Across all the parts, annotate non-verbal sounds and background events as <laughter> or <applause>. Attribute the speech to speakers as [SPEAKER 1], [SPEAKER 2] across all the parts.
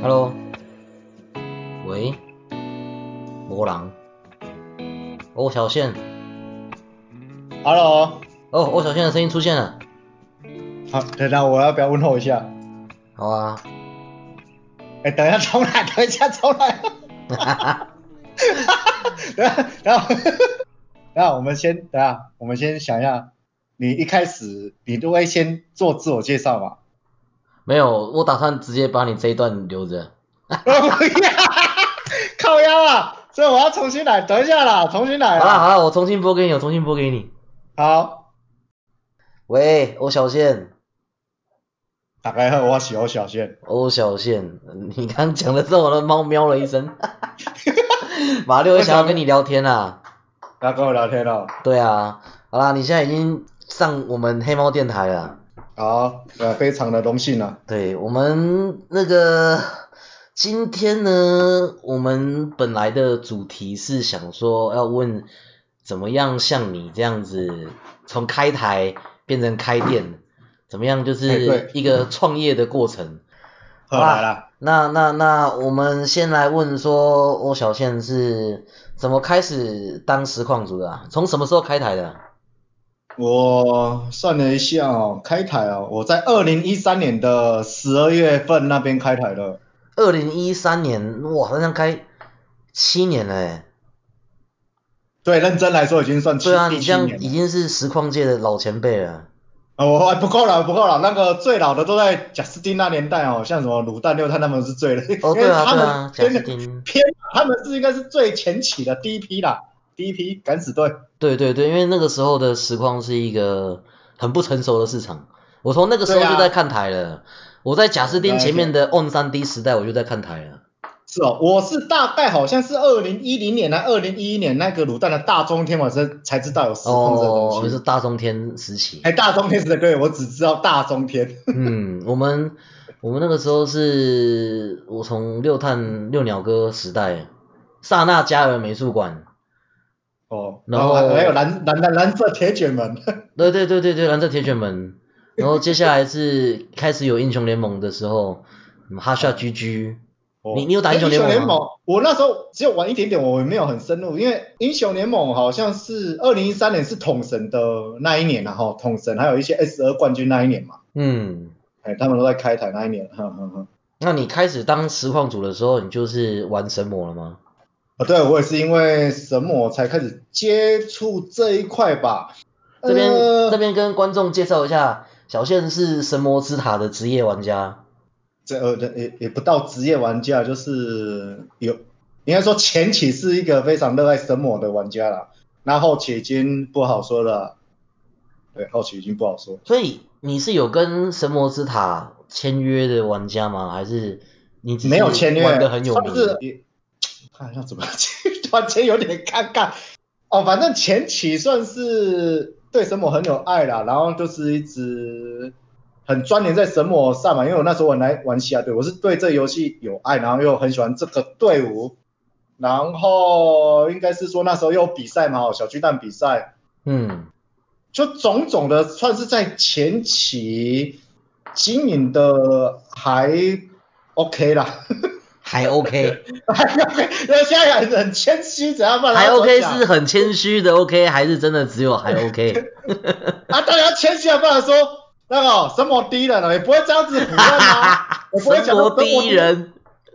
[SPEAKER 1] Hello，喂，魔狼，哦，小线，
[SPEAKER 2] Hello，
[SPEAKER 1] 哦，哦，小线的声音出现了，
[SPEAKER 2] 好，等等，我要不要问候一下？
[SPEAKER 1] 好啊，
[SPEAKER 2] 哎，等一下重来，等一下重来，
[SPEAKER 1] 哈哈哈，
[SPEAKER 2] 等一下，等一下，等一下，我们先等一下，我们先想一下，你一开始你都会先做自我介绍嘛？
[SPEAKER 1] 没有，我打算直接把你这一段留着，
[SPEAKER 2] 我不要， <laughs> 靠腰啊！所以我要重新来，等一下啦，重新来
[SPEAKER 1] 好啦
[SPEAKER 2] 啦。
[SPEAKER 1] 好啦，我重新播给你，我重新播给你，
[SPEAKER 2] 好，
[SPEAKER 1] 喂，哦，小线，
[SPEAKER 2] 打开后我喜欢小炫，
[SPEAKER 1] 哦，小线，你刚刚讲的时候，我的猫喵了一声，哈哈哈，马六也想要跟你聊天啦、
[SPEAKER 2] 不要跟我聊天了。
[SPEAKER 1] 对啊，好啦，你现在已经上我们黑猫电台了。
[SPEAKER 2] 好，呃，非常的荣幸啊。
[SPEAKER 1] 对我们那个今天呢，我们本来的主题是想说要问怎么样像你这样子从开台变成开店，怎么样就
[SPEAKER 2] 哎
[SPEAKER 1] 是
[SPEAKER 2] 对
[SPEAKER 1] 一个创业的过程。
[SPEAKER 2] 好来啦，
[SPEAKER 1] 那那那我们先来问说，欧小倩是怎么开始当实况主的、啊？从什么时候开台的啊？
[SPEAKER 2] 我算了一下哦，开台哦，我在二零一三年的十二月份那边开台的。
[SPEAKER 1] 二零一三年，哇，好像开七年了欸。
[SPEAKER 2] 对，认真来说已经算七
[SPEAKER 1] 对啊，
[SPEAKER 2] 第
[SPEAKER 1] 你
[SPEAKER 2] 七
[SPEAKER 1] 这样
[SPEAKER 2] 年
[SPEAKER 1] 已
[SPEAKER 2] 了。
[SPEAKER 1] 经是实况界的老前辈了。
[SPEAKER 2] 哦，我还不够了，不够了。那个最老的都在贾斯汀那年代哦，像什么卤蛋六探他们是最的，
[SPEAKER 1] 哦，
[SPEAKER 2] <laughs> 因
[SPEAKER 1] 对
[SPEAKER 2] 为
[SPEAKER 1] 啊，
[SPEAKER 2] 他
[SPEAKER 1] 对啊
[SPEAKER 2] 们，
[SPEAKER 1] 贾
[SPEAKER 2] 真
[SPEAKER 1] 斯
[SPEAKER 2] 的
[SPEAKER 1] 汀，
[SPEAKER 2] 偏，他们是应该是最前期的第一批啦，第一批敢死队。
[SPEAKER 1] 对对对，因为那个时候的实况是一个很不成熟的市场，我从那个时候
[SPEAKER 2] 对啊
[SPEAKER 1] 就在看台了。我在贾斯汀前面的 On 三 D 时代，我就在看台了。
[SPEAKER 2] 是哦，我是大概好像是二零一零年啊还二零一一年那个卤蛋的大中天，我才才知道有实况这个
[SPEAKER 1] 哦，
[SPEAKER 2] 东
[SPEAKER 1] 就是
[SPEAKER 2] 西。
[SPEAKER 1] 大中天时期
[SPEAKER 2] <laughs> 哎、。大中天是的，对，我只知道大中天。
[SPEAKER 1] 嗯，我们我们那个时候是我从六探六鸟哥时代，刹那加尔美术馆，
[SPEAKER 2] 哦，
[SPEAKER 1] 然
[SPEAKER 2] 然
[SPEAKER 1] 后
[SPEAKER 2] 后还有蓝蓝蓝蓝色铁卷门，
[SPEAKER 1] 对对对对对，蓝色铁卷门。然后接下来是开始有英雄联盟的时候，什么哈夏 GG，你你有打哦英雄联盟吗
[SPEAKER 2] 我那时候只有玩一点点，我没有很深入，因为英雄联盟好像是二零一三年是统神的那一年然后统神还有一些 S 二冠军那一年嘛，
[SPEAKER 1] 嗯，
[SPEAKER 2] 哎，他们都在开台那一年，哼哼哼。
[SPEAKER 1] 那你开始当实况组的时候，你就是玩神魔了吗？
[SPEAKER 2] 哦，对，我也是因为神魔才开始接触这一块吧。
[SPEAKER 1] 这边、
[SPEAKER 2] 呃
[SPEAKER 1] 这边跟观众介绍一下，小宪是神魔之塔的职业玩家，
[SPEAKER 2] 这呃也也不到职业玩家，就是有应该说前期是一个非常热爱神魔的玩家啦，那后期已经不好说了，对，后期已经不好说。
[SPEAKER 1] 所以你是有跟神魔之塔签约的玩家吗？还是你只是
[SPEAKER 2] 没有签约，
[SPEAKER 1] 玩的很有名
[SPEAKER 2] 算？是也看要怎么去，突然间有点尴尬。哦，反正前期算是对神魔很有爱啦，然后就是一直很钻研在神魔上嘛，因为我那时候玩来玩西亚队，我是对这游戏有爱，然后又很喜欢这个队伍，然后应该是说那时候又有比赛嘛，哦小巨蛋比赛，
[SPEAKER 1] 嗯，
[SPEAKER 2] 就种种的，算是在前期经营的还 OK 啦。
[SPEAKER 1] 还 OK，
[SPEAKER 2] 那现在很很谦虚，怎样不然
[SPEAKER 1] 还
[SPEAKER 2] <laughs> 他怎么
[SPEAKER 1] OK
[SPEAKER 2] 讲
[SPEAKER 1] 是很谦虚的 OK，还是真的只有还 OK？，
[SPEAKER 2] 啊，当然要谦虚啊，不然说那个什么低人了，也不会这样子胡乱啊
[SPEAKER 1] <laughs>
[SPEAKER 2] 我不会讲
[SPEAKER 1] 神
[SPEAKER 2] 到
[SPEAKER 1] 魔
[SPEAKER 2] 什么
[SPEAKER 1] 第一，人，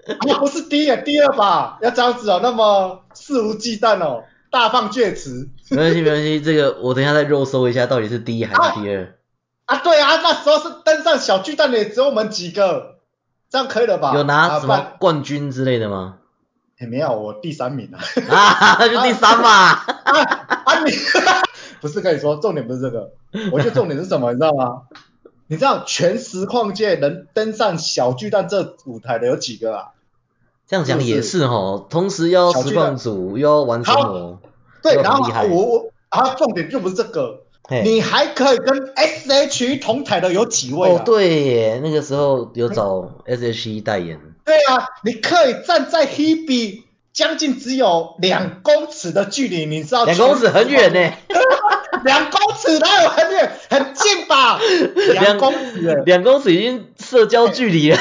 [SPEAKER 2] 啊不是低人，第二吧，要这样子哦，那么肆无忌惮哦，大放厥词
[SPEAKER 1] 没关系没关系，这个我等一下再肉搜一下到底是第一还是第二。
[SPEAKER 2] 啊，对啊，那时候是登上小巨蛋的也只有我们几个，这样可以了吧？
[SPEAKER 1] 有拿
[SPEAKER 2] 啊
[SPEAKER 1] 什
[SPEAKER 2] 不然
[SPEAKER 1] 么冠军之类的吗？
[SPEAKER 2] <laughs> 哎没有，我第三名啊。
[SPEAKER 1] 啊，那就第三嘛。
[SPEAKER 2] 啊你， <laughs> 不是跟你说，重点不是这个，我觉得重点是什么，你知道吗？你知道全实况界能登上小巨蛋这舞台的有几个啊？
[SPEAKER 1] 这样讲也是哦，同时要实况组，又要玩什么？
[SPEAKER 2] 对，
[SPEAKER 1] 那
[SPEAKER 2] 然
[SPEAKER 1] 很
[SPEAKER 2] 后
[SPEAKER 1] 厉害
[SPEAKER 2] 我我啊，重点就不是这个，
[SPEAKER 1] 嘿，
[SPEAKER 2] 你还可以跟 SHE 同台的有几位
[SPEAKER 1] 哦
[SPEAKER 2] 啊？
[SPEAKER 1] 对耶，那个时候有找 SHE 代言，
[SPEAKER 2] 对啊，你可以站在 Hebe 将近只有两公尺的距离，你知道
[SPEAKER 1] 两公尺很远，呢，
[SPEAKER 2] 两公尺那有很远，很近
[SPEAKER 1] <laughs>
[SPEAKER 2] 吧？两公尺哎。 <laughs>
[SPEAKER 1] 两公尺已经社交距离了。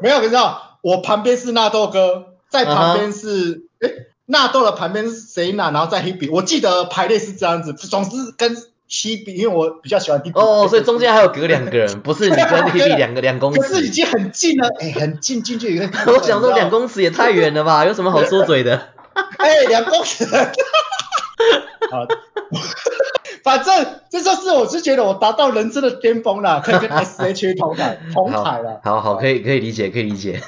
[SPEAKER 2] 没有，你知道我旁边是纳豆哥，在旁边
[SPEAKER 1] 啊
[SPEAKER 2] 是哎纳、豆的旁边是谁拿，然后再 Hebe，我记得排列是这样子，总是跟西比，因为我比较喜欢 Hebe。
[SPEAKER 1] 哦，所以中间还有隔两个人，不是你跟 T B 两个
[SPEAKER 2] <laughs>
[SPEAKER 1] 两公
[SPEAKER 2] 可是已
[SPEAKER 1] 尺。
[SPEAKER 2] 经很
[SPEAKER 1] <laughs>
[SPEAKER 2] 近了，哎、很近近距离。
[SPEAKER 1] 我想说两
[SPEAKER 2] 公，
[SPEAKER 1] 公尺也太远了吧，有什么好说嘴的？
[SPEAKER 2] 哎、
[SPEAKER 1] <laughs>
[SPEAKER 2] 两公尺。好，反正这就是我是觉得我达到人生的巅峰了，可以
[SPEAKER 1] <laughs>
[SPEAKER 2] 跟 S H E 同台同台了。
[SPEAKER 1] 好好，可以可以理解，可以理
[SPEAKER 2] <laughs>
[SPEAKER 1] 解。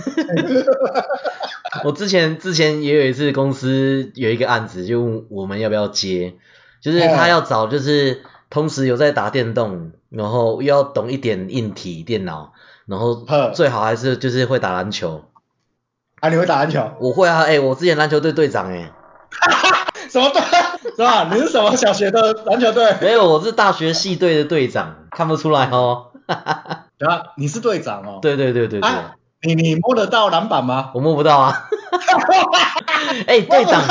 [SPEAKER 1] <laughs> 我之前之前也有一次公司有一个案子，就问我们要不要接，就是
[SPEAKER 2] 嗯
[SPEAKER 1] 他要找就是同时有在打电动，然后又要懂一点硬体电脑，然后
[SPEAKER 2] 呵
[SPEAKER 1] 最好还是就是会打篮球。
[SPEAKER 2] 啊，你会打篮球？
[SPEAKER 1] 我会啊，哎、我之前篮球队队长哎、
[SPEAKER 2] 什么队？是吧？你是什么小学的篮球队？
[SPEAKER 1] 没有，我是大学系队的队长，看不出来哦。
[SPEAKER 2] 啊，你是队长哦。
[SPEAKER 1] 对对对对对，
[SPEAKER 2] 啊，你你摸得到篮板吗？
[SPEAKER 1] 我摸不到啊。 <laughs> 哎、队长，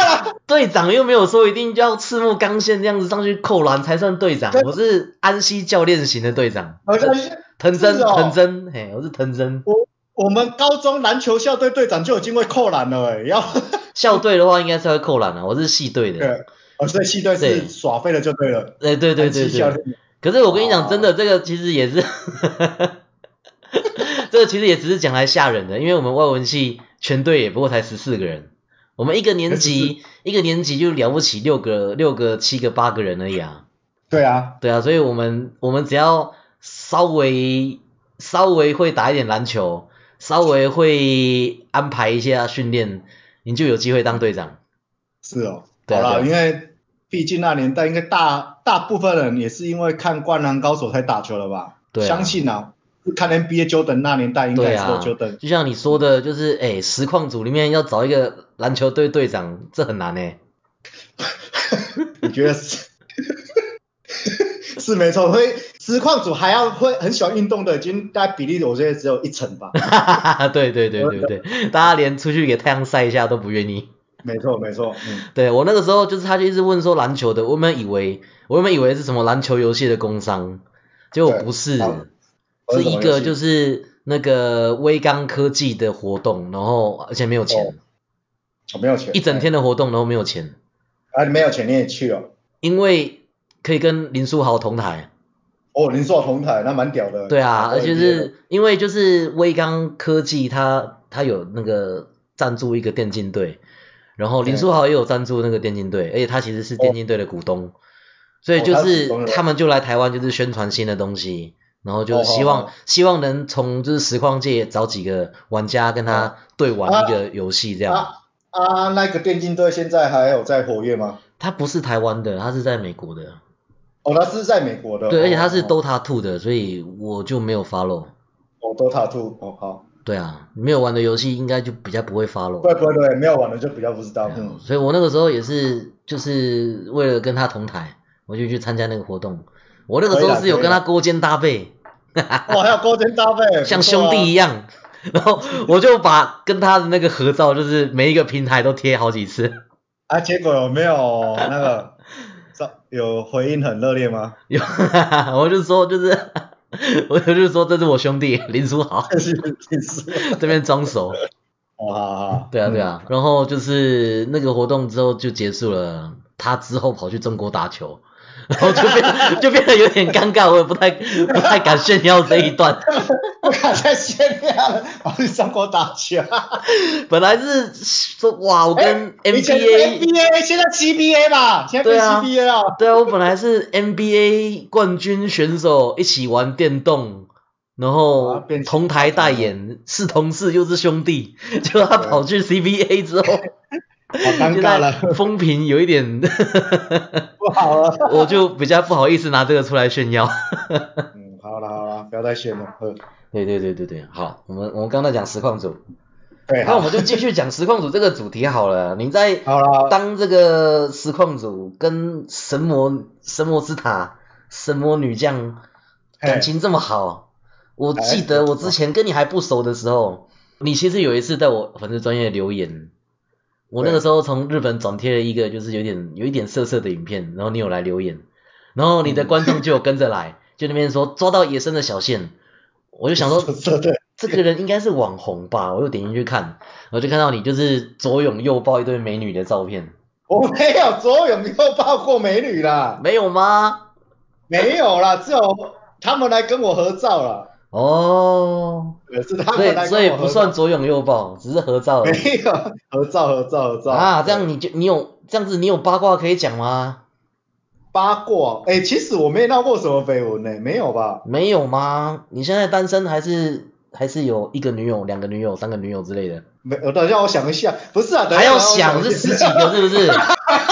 [SPEAKER 1] 队长又没有说一定要赤木刚宪这样子上去扣篮才算队长，
[SPEAKER 2] 对
[SPEAKER 1] 我是安西教练型的队长，
[SPEAKER 2] 好像
[SPEAKER 1] 藤真，
[SPEAKER 2] 是哦
[SPEAKER 1] 藤真，嘿，我是藤真。
[SPEAKER 2] 我 <laughs> 我们高中篮球校队队长就已经会扣篮了哎，要
[SPEAKER 1] 校队的话应该是会扣篮啊，我是系队的。
[SPEAKER 2] 对， <laughs> 哦，所以系队
[SPEAKER 1] 对
[SPEAKER 2] 是耍废了就对了。
[SPEAKER 1] 哎、对对对
[SPEAKER 2] 安西教
[SPEAKER 1] 对。
[SPEAKER 2] 练
[SPEAKER 1] 可是我跟你讲，
[SPEAKER 2] 哦
[SPEAKER 1] 真的，这个其实也是， <laughs> 这个其实也只是讲来吓人的，因为我们外文系全队也不过才十四个人，我们一个年级一个年级就了不起六个六个七个八个人而已啊，
[SPEAKER 2] 对啊，
[SPEAKER 1] 对啊，所以我们我们只要稍微稍微会打一点篮球，稍微会安排一下训练，你就有机会当队长。
[SPEAKER 2] 是哦。
[SPEAKER 1] 对
[SPEAKER 2] 好
[SPEAKER 1] 啊
[SPEAKER 2] 啦，
[SPEAKER 1] 对啊
[SPEAKER 2] 因为毕竟那年代应该大大部分人也是因为看《灌篮高手》才打球了吧？
[SPEAKER 1] 对啊
[SPEAKER 2] 相信啊，看 NBA Jordan 那年代应该
[SPEAKER 1] 对
[SPEAKER 2] 也是
[SPEAKER 1] 啊，
[SPEAKER 2] Jordan。
[SPEAKER 1] 就像你说的，就是哎，实况组里面要找一个篮球队队长，这很难哎、
[SPEAKER 2] 你觉得是？ <laughs> 是没错，会实况组还要会很喜欢运动的，已经大概比例我觉得只有一成吧。 <laughs>
[SPEAKER 1] 哈哈哈， <laughs> 对对对对对，大家连出去给太阳晒一下都不愿意。
[SPEAKER 2] 没错，没错，嗯，
[SPEAKER 1] 对我那个时候就是，他就一直问说篮球的，我们以为我们以为是什么篮球游戏的工商，结果
[SPEAKER 2] 对
[SPEAKER 1] 不是
[SPEAKER 2] 好，
[SPEAKER 1] 是一个就是是那个微刚科技的活动，然后而且没有钱，
[SPEAKER 2] 我哦没有钱，
[SPEAKER 1] 一整天的活动，然后没有钱，
[SPEAKER 2] 啊，你没有钱你也去哦。
[SPEAKER 1] 因为可以跟林书豪同台。
[SPEAKER 2] 哦，您做同台那蛮屌的。
[SPEAKER 1] 对啊，而
[SPEAKER 2] 我也
[SPEAKER 1] 且
[SPEAKER 2] 觉得
[SPEAKER 1] 是因为就是微刚科技它它有那个赞助一个电竞队，然后林
[SPEAKER 2] 对哦
[SPEAKER 1] 书豪也有赞助那个电竞队，而且他其实是电竞队的股东，所以就
[SPEAKER 2] 他是
[SPEAKER 1] 是
[SPEAKER 2] 股东了
[SPEAKER 1] 他们就来台湾就是宣传新的东西，然后就
[SPEAKER 2] 哦
[SPEAKER 1] 希
[SPEAKER 2] 哦
[SPEAKER 1] 望
[SPEAKER 2] 哦
[SPEAKER 1] 希望能从就是实况界找几个玩家跟他对玩一个游戏这样。
[SPEAKER 2] 哦啊啊，那个电竞队现在还有在活跃吗？
[SPEAKER 1] 他不是台湾的，他是在美国的，
[SPEAKER 2] 哦，他是在美国的。
[SPEAKER 1] 对，而且
[SPEAKER 2] 哦
[SPEAKER 1] 他是
[SPEAKER 2] 哦
[SPEAKER 1] Dota Two 的，所以我就没有 follow。
[SPEAKER 2] 哦 Dota Two 哦，好，
[SPEAKER 1] 对啊，没有玩的游戏应该就比较不会 follow。
[SPEAKER 2] 对对对，没有玩的就比较不知
[SPEAKER 1] <laughs>
[SPEAKER 2] 道。嗯，
[SPEAKER 1] 所以我那个时候也是，就是为了跟他同台，我就去参加那个活动。我那个时候是有跟他勾肩搭背，
[SPEAKER 2] 哇，还有勾肩搭背，
[SPEAKER 1] 像
[SPEAKER 2] 不错啊
[SPEAKER 1] 兄弟一样。然后我就把跟他的那个合照，就是每一个平台都贴好几次， <laughs>
[SPEAKER 2] 啊，结果有没有 <laughs> 那个有回应很热烈 <laughs> 吗？
[SPEAKER 1] 有，我就说就是， <laughs> 我就说这是我兄弟林书豪，
[SPEAKER 2] 是是是，
[SPEAKER 1] 这边装熟。
[SPEAKER 2] 哦，好好，
[SPEAKER 1] 对啊对啊，然后就是那个活动之后就结束了，他之后跑去中国打球，然后就变 <laughs> 就变得有点尴尬，我也不太不太敢炫耀这一段。
[SPEAKER 2] 不敢再炫耀了，我啊去中国打球。啊
[SPEAKER 1] 本来是说哇，我跟
[SPEAKER 2] 哎以前是
[SPEAKER 1] NBA、
[SPEAKER 2] NBA 现在 CBA 吧，现在
[SPEAKER 1] 对
[SPEAKER 2] 变
[SPEAKER 1] 啊
[SPEAKER 2] CBA 了。
[SPEAKER 1] 对啊，我本来是 NBA 冠军选手一起玩电动。然
[SPEAKER 2] 啊
[SPEAKER 1] 后
[SPEAKER 2] 变成
[SPEAKER 1] 同台代言，是同事又是兄弟， <laughs> 结果他跑去
[SPEAKER 2] <laughs>
[SPEAKER 1] CBA 之后，
[SPEAKER 2] 好尴
[SPEAKER 1] 现
[SPEAKER 2] 尬
[SPEAKER 1] 在
[SPEAKER 2] 了，
[SPEAKER 1] 风评有一点 <laughs>
[SPEAKER 2] 不好了。
[SPEAKER 1] 我就比较不好意思拿这个出来炫耀。
[SPEAKER 2] <laughs> 嗯，好了好了，不要再炫了。嗯，
[SPEAKER 1] 对对对对对，好，我们我们刚才讲实况组，
[SPEAKER 2] 对，
[SPEAKER 1] 那我
[SPEAKER 2] 好，
[SPEAKER 1] 们就继续讲实况组这个主题好了。你在
[SPEAKER 2] 好了，
[SPEAKER 1] 当这个实况组跟神魔神魔之塔神魔女将
[SPEAKER 2] 嘿
[SPEAKER 1] 感情这么好，我
[SPEAKER 2] 哎
[SPEAKER 1] 记得我之前跟你还不熟的时候，你其实有一次在我粉丝专业留言。我那个时候从日本转贴了一个就是有点有一点色色的影片，然后你有来留言，然后你的观众就有跟着来，就那边说抓到野生的小线，我就想说
[SPEAKER 2] 对对，
[SPEAKER 1] 这个人应该是网红吧？我又点进去看，我就看到你就是左拥右抱一堆美女的照片，
[SPEAKER 2] <laughs> 我没有左拥右抱过美女啦，
[SPEAKER 1] 没有吗？
[SPEAKER 2] 没有啦，只有他们来跟我合照啦。
[SPEAKER 1] 哦，
[SPEAKER 2] 也是他
[SPEAKER 1] 所
[SPEAKER 2] 们
[SPEAKER 1] 以
[SPEAKER 2] 来
[SPEAKER 1] 所
[SPEAKER 2] 跟
[SPEAKER 1] 以
[SPEAKER 2] 我
[SPEAKER 1] 不
[SPEAKER 2] 合照
[SPEAKER 1] 算左拥右抱，只是合照而已
[SPEAKER 2] 没有合照合照合照
[SPEAKER 1] 嗯啊。这样你就你有这样子你有八卦可以讲吗？
[SPEAKER 2] 八卦，哎、其实我没闹过什么绯闻呢，没有吧？
[SPEAKER 1] 没有吗？你现在单身还是还是有一个女友、两个女友、三个女友之类的？
[SPEAKER 2] 没，呃等一下我想一下，不是啊，等一下
[SPEAKER 1] 还要
[SPEAKER 2] 让我
[SPEAKER 1] 想
[SPEAKER 2] 一
[SPEAKER 1] 是十
[SPEAKER 2] 下
[SPEAKER 1] 几
[SPEAKER 2] <laughs>
[SPEAKER 1] 个是不是？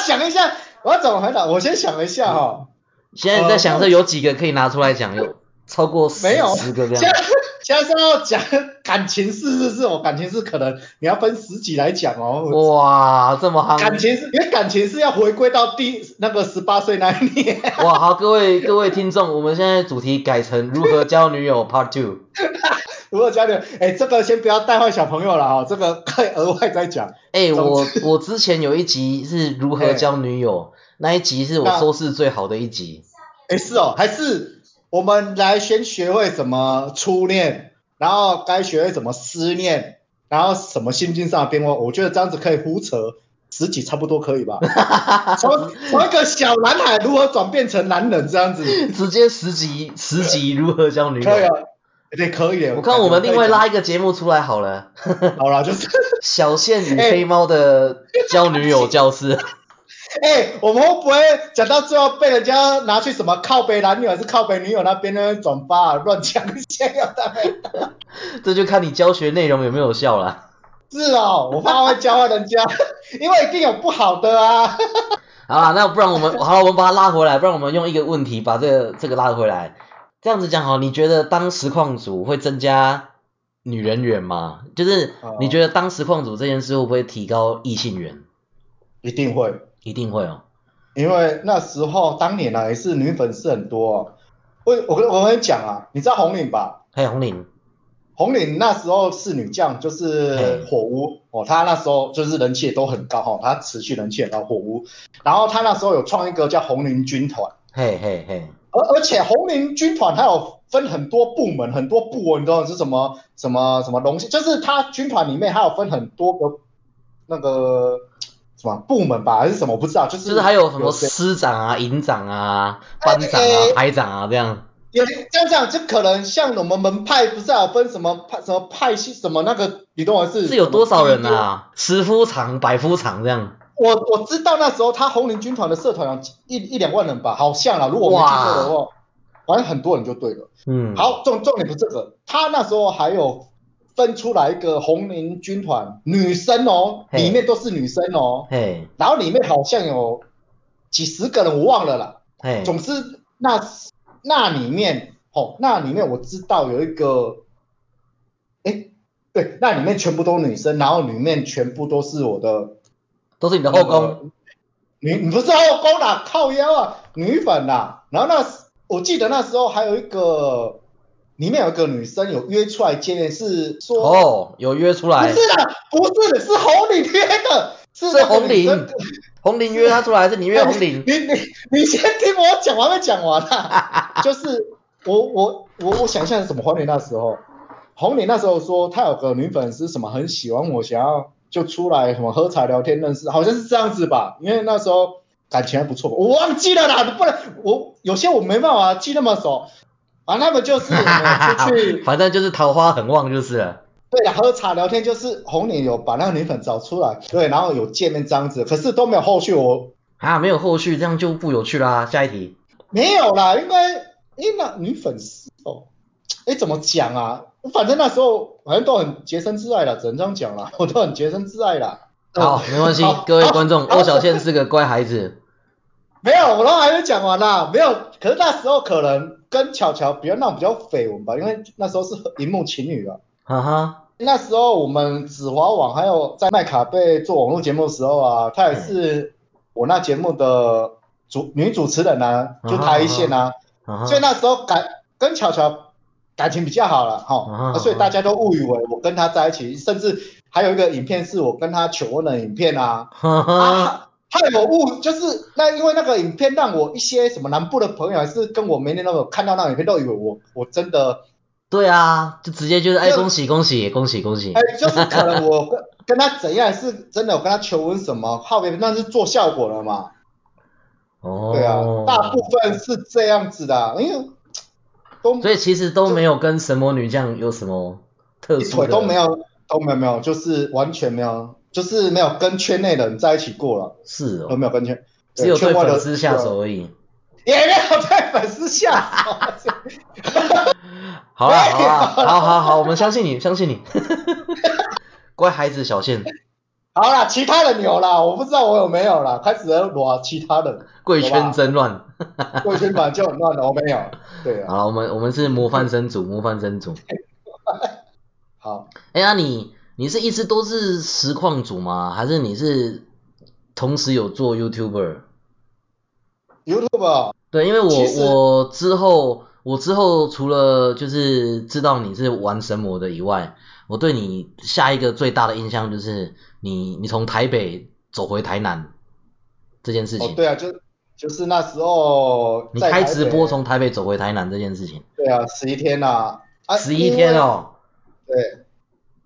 [SPEAKER 2] 想一下， <laughs> 我要怎么回答？我先想一下哈、
[SPEAKER 1] 嗯现在在想这有几个可以拿出来讲，有超过十
[SPEAKER 2] 哦没有
[SPEAKER 1] 十个这
[SPEAKER 2] 现
[SPEAKER 1] 样
[SPEAKER 2] 在。现在是要讲感情事，是是，我感情事可能你要分十几来讲哦。我
[SPEAKER 1] 哇，这么
[SPEAKER 2] 感
[SPEAKER 1] 夯！
[SPEAKER 2] 情是，因为感情是要回归到第那个十八岁那一年。 <laughs>
[SPEAKER 1] 哇，好，各位各位听众，我们现在主题改成如何交女友 Part Two。
[SPEAKER 2] 如果家里，哎，这个先不要带坏小朋友了哈、这个可以额外再讲。
[SPEAKER 1] 哎、
[SPEAKER 2] 总
[SPEAKER 1] 我我之前有一集是如何交女友，那一集是我
[SPEAKER 2] 那
[SPEAKER 1] 收视最好的一
[SPEAKER 2] <laughs>
[SPEAKER 1] 集。
[SPEAKER 2] 哎，是哦，还是我们来先学会怎么初恋，然后该学会怎么思念，然后什么心境上的变化，我觉得这样子可以胡扯十几，差不多可
[SPEAKER 1] <laughs>
[SPEAKER 2] 以吧？从从一个小男孩如何转变成男人这样子，
[SPEAKER 1] 直接十集十集如何交女友
[SPEAKER 2] 可以，啊，对，可以。
[SPEAKER 1] 我看我们另外
[SPEAKER 2] 可以
[SPEAKER 1] 拉一个节目出来好了，
[SPEAKER 2] 好了，就是， <laughs>
[SPEAKER 1] 小倩与
[SPEAKER 2] 哎
[SPEAKER 1] 黑猫
[SPEAKER 2] <laughs>
[SPEAKER 1] 的交女友教室。 <laughs>
[SPEAKER 2] 哎、我们会不会讲到最后被人家拿去什么靠北男友还是靠北女友那边呢转发、啊、乱讲一些有的没的？
[SPEAKER 1] 这就看你教学内容有没有效啦。
[SPEAKER 2] 是哦，我怕会教坏人家， <laughs> 因为一定有不好的啊。
[SPEAKER 1] 好啦，那不然我们好啦，我们把它拉回来，不然我们用一个问题把这个这个拉回来。这样子讲好，你觉得当实况组会增加女人缘吗？就是
[SPEAKER 2] 哦
[SPEAKER 1] 你觉得当实况组这件事会不会提高异性缘？
[SPEAKER 2] 一定会，
[SPEAKER 1] 一定会哦。
[SPEAKER 2] 因为那时候当年啊也是女粉丝很多、哦。我我跟我跟你讲啊，你知道红岭吧？
[SPEAKER 1] 还有红领，
[SPEAKER 2] 红岭那时候是女将，就
[SPEAKER 1] 嘿
[SPEAKER 2] 是火屋哦，她那时候就是人气也都很高哈、哦，她持续人气很高火屋，然后她那时候有创一个叫红岭军团。
[SPEAKER 1] 嘿嘿嘿，
[SPEAKER 2] 而而且红林军团它有分很多部门，很多部哦，你知道是什么什么什么东西？就是它军团里面还有分很多个那个什么部门吧，还是什么我不知道，就是
[SPEAKER 1] 就是还有什么
[SPEAKER 2] 谁
[SPEAKER 1] 师长啊、营长啊、班长啊
[SPEAKER 2] 哎、
[SPEAKER 1] 排长啊这样。
[SPEAKER 2] 也这样讲，就可能像我们门派不是还有分什么派什么派系什么那个，你懂我是？
[SPEAKER 1] 是有多少人？啊？
[SPEAKER 2] 哎
[SPEAKER 1] 十夫长、百夫长这样。
[SPEAKER 2] 我我知道那时候他红林军团的社团有一一两万人吧，好像啦，如果我没记错的话，反正很多人就对了。
[SPEAKER 1] 嗯，，
[SPEAKER 2] 好，重重点不是这个，他那时候还有分出来一个红林军团，女生哦，
[SPEAKER 1] 嘿
[SPEAKER 2] 里面都是女生哦，
[SPEAKER 1] 嘿
[SPEAKER 2] 然后里面好像有几十个人，我忘了啦。
[SPEAKER 1] 嘿，
[SPEAKER 2] 总之，那那里面哦，那里面我知道有一个，哎，对，那里面全部都女生，然后里面全部都是我的
[SPEAKER 1] 都是你的后宫。
[SPEAKER 2] 女，你不是后宫啦，靠腰啊，女粉啦。然后那时我记得那时候还有一个，里面有一个女生有约出来见面，是说、
[SPEAKER 1] 哦，有约出
[SPEAKER 2] 不
[SPEAKER 1] 来，
[SPEAKER 2] 是啦，不是是红领约的，是
[SPEAKER 1] 是
[SPEAKER 2] 那个
[SPEAKER 1] 红
[SPEAKER 2] 女生
[SPEAKER 1] 林，红林约他出来，是你约红
[SPEAKER 2] <laughs>
[SPEAKER 1] 林。
[SPEAKER 2] 你你你先听我讲，我还没讲完啦。就是我我我我想一下是什么红脸那时候，红脸那时候说他有个女粉丝什么很喜欢我，想要就出来什么喝茶聊天认识，好像是这样子吧。因为那时候感情还不错吧，我忘记了啦，不然我有些我没办法记那么熟。啊，那么就是我们出去，
[SPEAKER 1] <laughs> 反正就是桃花很旺就是了。
[SPEAKER 2] 对了，喝茶聊天就是红脸有把那个女粉找出来，对，然后有见面这样子，可是都没有后续，我
[SPEAKER 1] 啊，没有后续，这样就不有趣啦。下一题，
[SPEAKER 2] 没有啦，应该因那女粉丝哦，哎怎么讲啊？反正那时候反正都很洁身自爱啦，只能这样讲啦， <laughs> 我都很洁身自爱啦。
[SPEAKER 1] 好，
[SPEAKER 2] 嗯
[SPEAKER 1] 没关系
[SPEAKER 2] 好，
[SPEAKER 1] 各位观众，
[SPEAKER 2] 好
[SPEAKER 1] 欧小倩是个乖孩子。
[SPEAKER 2] 没有，我都还没讲完啦，没有。可是那时候可能跟巧巧比较那种比较绯闻吧，因为那时候是荧幕情侣啊。
[SPEAKER 1] 哈哈，
[SPEAKER 2] 那时候我们子华网还有在麦卡贝做网络节目的时候啊，她也是我那节目的主女主持人啊，就台一线啊。
[SPEAKER 1] 哈哈
[SPEAKER 2] 所以，那时候感跟巧巧感情比较好了哈、
[SPEAKER 1] 啊
[SPEAKER 2] 啊所以大家都误以为我跟他在一起，甚至还有一个影片是我跟他求婚的影片啊。
[SPEAKER 1] 哈哈，
[SPEAKER 2] 啊，还有误就是那因为那个影片让我一些什么南部的朋友还是跟我没那么看到那个影片都以为我我真的
[SPEAKER 1] 对啊，就直接就是哎恭喜恭喜恭喜恭喜
[SPEAKER 2] 哎、，就是可能我跟跟他怎样是真的，我跟他求婚什么，靠边那是做效果了嘛。
[SPEAKER 1] 哦，
[SPEAKER 2] 对啊，大部分是这样子的啊，因为都
[SPEAKER 1] 所以其实都没有跟神魔女将有什么特
[SPEAKER 2] 一
[SPEAKER 1] 殊的
[SPEAKER 2] 腿都没，有，都没有没有，就是完全没有，就是没有跟圈内人在一起过了，
[SPEAKER 1] 是
[SPEAKER 2] 都
[SPEAKER 1] 哦，
[SPEAKER 2] 没有跟圈，
[SPEAKER 1] 只有对
[SPEAKER 2] 圈外的
[SPEAKER 1] 粉丝下手而已。
[SPEAKER 2] 也没有对粉丝下手。 <laughs>
[SPEAKER 1] 好啦好啦，好好好，我们相信你，相信你， <laughs> 乖孩子小倩，
[SPEAKER 2] 好啦，其他人有啦，我不知道我有没有啦，开始在裸其他人，
[SPEAKER 1] 贵圈真乱。
[SPEAKER 2] 贵圈版就很乱了，我没有。对啊，
[SPEAKER 1] 好了，我们我们是模范生组，模范生组。
[SPEAKER 2] 好，
[SPEAKER 1] 哎呀，那你你是一直都是实况组吗？还是你是同时有做 YouTuber？
[SPEAKER 2] YouTube 哦
[SPEAKER 1] 对，因为
[SPEAKER 2] 其实
[SPEAKER 1] 我我之后我之后除了就是知道你是玩神魔的以外，我对你下一个最大的印象就是你你从台北走回台南这件事
[SPEAKER 2] 哦
[SPEAKER 1] 情，
[SPEAKER 2] 对啊，就就是那时候
[SPEAKER 1] 你
[SPEAKER 2] 在
[SPEAKER 1] 开
[SPEAKER 2] 台
[SPEAKER 1] 直
[SPEAKER 2] 北
[SPEAKER 1] 播从台北走回台南这件事情，
[SPEAKER 2] 对啊，十一天啦、啊，
[SPEAKER 1] 十一天哦，
[SPEAKER 2] 因为。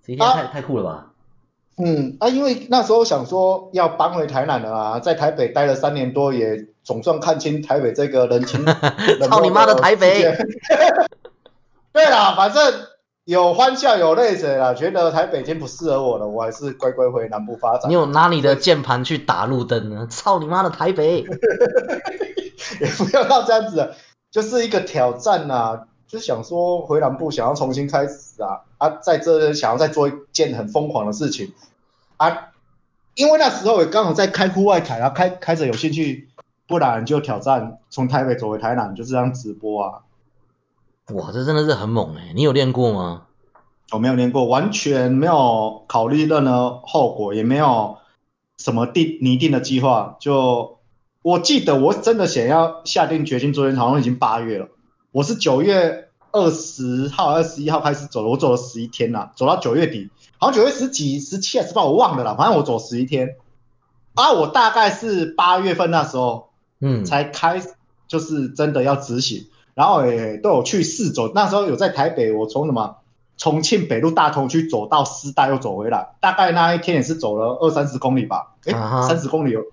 [SPEAKER 1] 十一天
[SPEAKER 2] 啊
[SPEAKER 1] 太太酷了吧？
[SPEAKER 2] 对，嗯，啊，因为那时候想说要搬回台南了啊，在台北待了三年多，也总算看清台北这个人
[SPEAKER 1] <laughs>
[SPEAKER 2] 情冷
[SPEAKER 1] 操
[SPEAKER 2] 漠
[SPEAKER 1] 你妈的台北
[SPEAKER 2] 世界！ <laughs> 对啦，反正有欢笑有泪水啦，觉得台北已经不适合我了，我还是乖乖回南部发展
[SPEAKER 1] 你。有拿你的键盘去打路灯呢？ <laughs> 操你妈的台
[SPEAKER 2] <laughs>
[SPEAKER 1] 北！
[SPEAKER 2] 也不要到这样子了，啊就是一个挑战呐、啊就想说回南部想要重新开始啊啊，在这想要再做一件很疯狂的事情啊，因为那时候也刚好在开户外台啊，开开着有兴趣，不然就挑战从台北走回台南，就这样直播啊，
[SPEAKER 1] 哇，这真的是很猛哎、你有练过吗？
[SPEAKER 2] 我哦没有练过，完全没有考虑任何后果，也没有什么定拟定的计划。就我记得，我真的想要下定决心做，好像已经八月了。我是九月二十号、二十一号开始走的，我走了十一天啦，走到九月底，好像九月十几、十七还是十八，我忘了啦。反正我走十一天。啊，我大概是八月份那时候
[SPEAKER 1] 嗯，
[SPEAKER 2] 才开始，就是真的要执行，然后也都有去试走。那时候有在台北，我从什么重庆北路大同区走到师大，又走回来，大概那一天也是走了二三十公里吧，诶，
[SPEAKER 1] 啊哈
[SPEAKER 2] 三十公里有。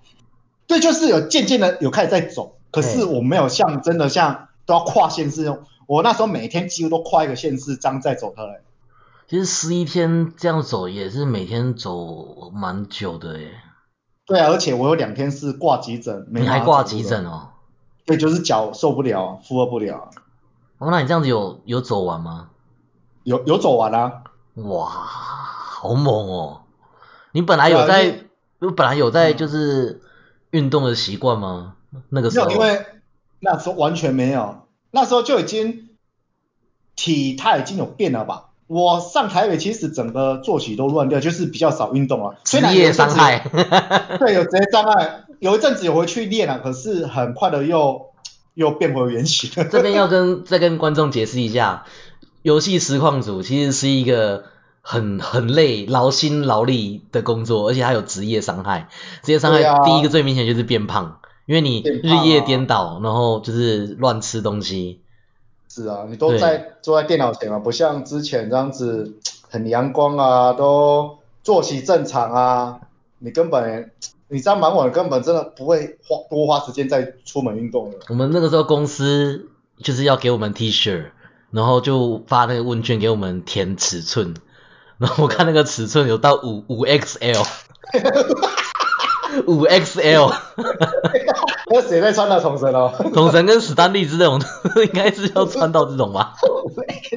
[SPEAKER 2] 对，就是有渐渐的有开始在走，可
[SPEAKER 1] 嘿
[SPEAKER 2] 是我没有像真的像都要跨县市那种，我那时候每天几乎都跨一个县市这样在走它嘞。
[SPEAKER 1] 其实十一天这样走也是每天走蛮久的耶，
[SPEAKER 2] 对啊，而且我有两天是挂急诊，没
[SPEAKER 1] 你还
[SPEAKER 2] 办法
[SPEAKER 1] 挂
[SPEAKER 2] 走路
[SPEAKER 1] 急
[SPEAKER 2] 的？
[SPEAKER 1] 诊哦？
[SPEAKER 2] 对，就是脚受不了啊，负荷不了啊，
[SPEAKER 1] 哦，那你这样子有有走完吗？
[SPEAKER 2] 有有走完啊。
[SPEAKER 1] 哇，好猛哦！你本来有
[SPEAKER 2] 对啊因
[SPEAKER 1] 在
[SPEAKER 2] 为，嗯
[SPEAKER 1] 就本来有在就是运动的习惯吗？那个时
[SPEAKER 2] 没
[SPEAKER 1] 候
[SPEAKER 2] 有，因为那时候完全没有，那时候就已经体态已经有变了吧。我上台北其实整个作息都乱掉，就是比较少运动了。虽
[SPEAKER 1] 职
[SPEAKER 2] 然有一
[SPEAKER 1] 业
[SPEAKER 2] 阵
[SPEAKER 1] 伤
[SPEAKER 2] 子
[SPEAKER 1] 害，
[SPEAKER 2] 有，对，有职业障碍，有一阵子有回去练了，啊可是很快的又又变回原
[SPEAKER 1] <laughs>
[SPEAKER 2] 形了。
[SPEAKER 1] 这边要跟再跟观众解释一下，游戏实况组其实是一个很很累、劳心劳力的工作，而且还有职业伤害。职业伤害
[SPEAKER 2] 对啊
[SPEAKER 1] 第一个最明显就是变胖，因为你
[SPEAKER 2] 变
[SPEAKER 1] 日
[SPEAKER 2] 胖啊
[SPEAKER 1] 夜颠倒，然后就是乱吃东西。
[SPEAKER 2] <laughs> 是啊，你都在坐在电脑前嘛，不像之前这样子很阳光啊，都作息正常啊，你根本你这样忙完根本真的不会花多花时间再出门运动了。
[SPEAKER 1] 我们那个时候公司就是要给我们 T 恤，然后就发那个问卷给我们填尺寸，然后我看那个尺寸有到五五
[SPEAKER 2] <laughs>
[SPEAKER 1] XL，五 XL，
[SPEAKER 2] <laughs> 那谁在穿大重神哦？
[SPEAKER 1] 统神跟史丹利之这种 <laughs> 应该是要穿到这种吧？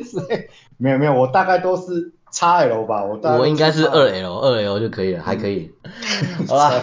[SPEAKER 2] 谁没有没有，我大概都是 XL 吧，我大概
[SPEAKER 1] 我应该是
[SPEAKER 2] 都
[SPEAKER 1] 二 L，二 L 就可以了，还可以。
[SPEAKER 2] 嗯
[SPEAKER 1] <laughs> 好啦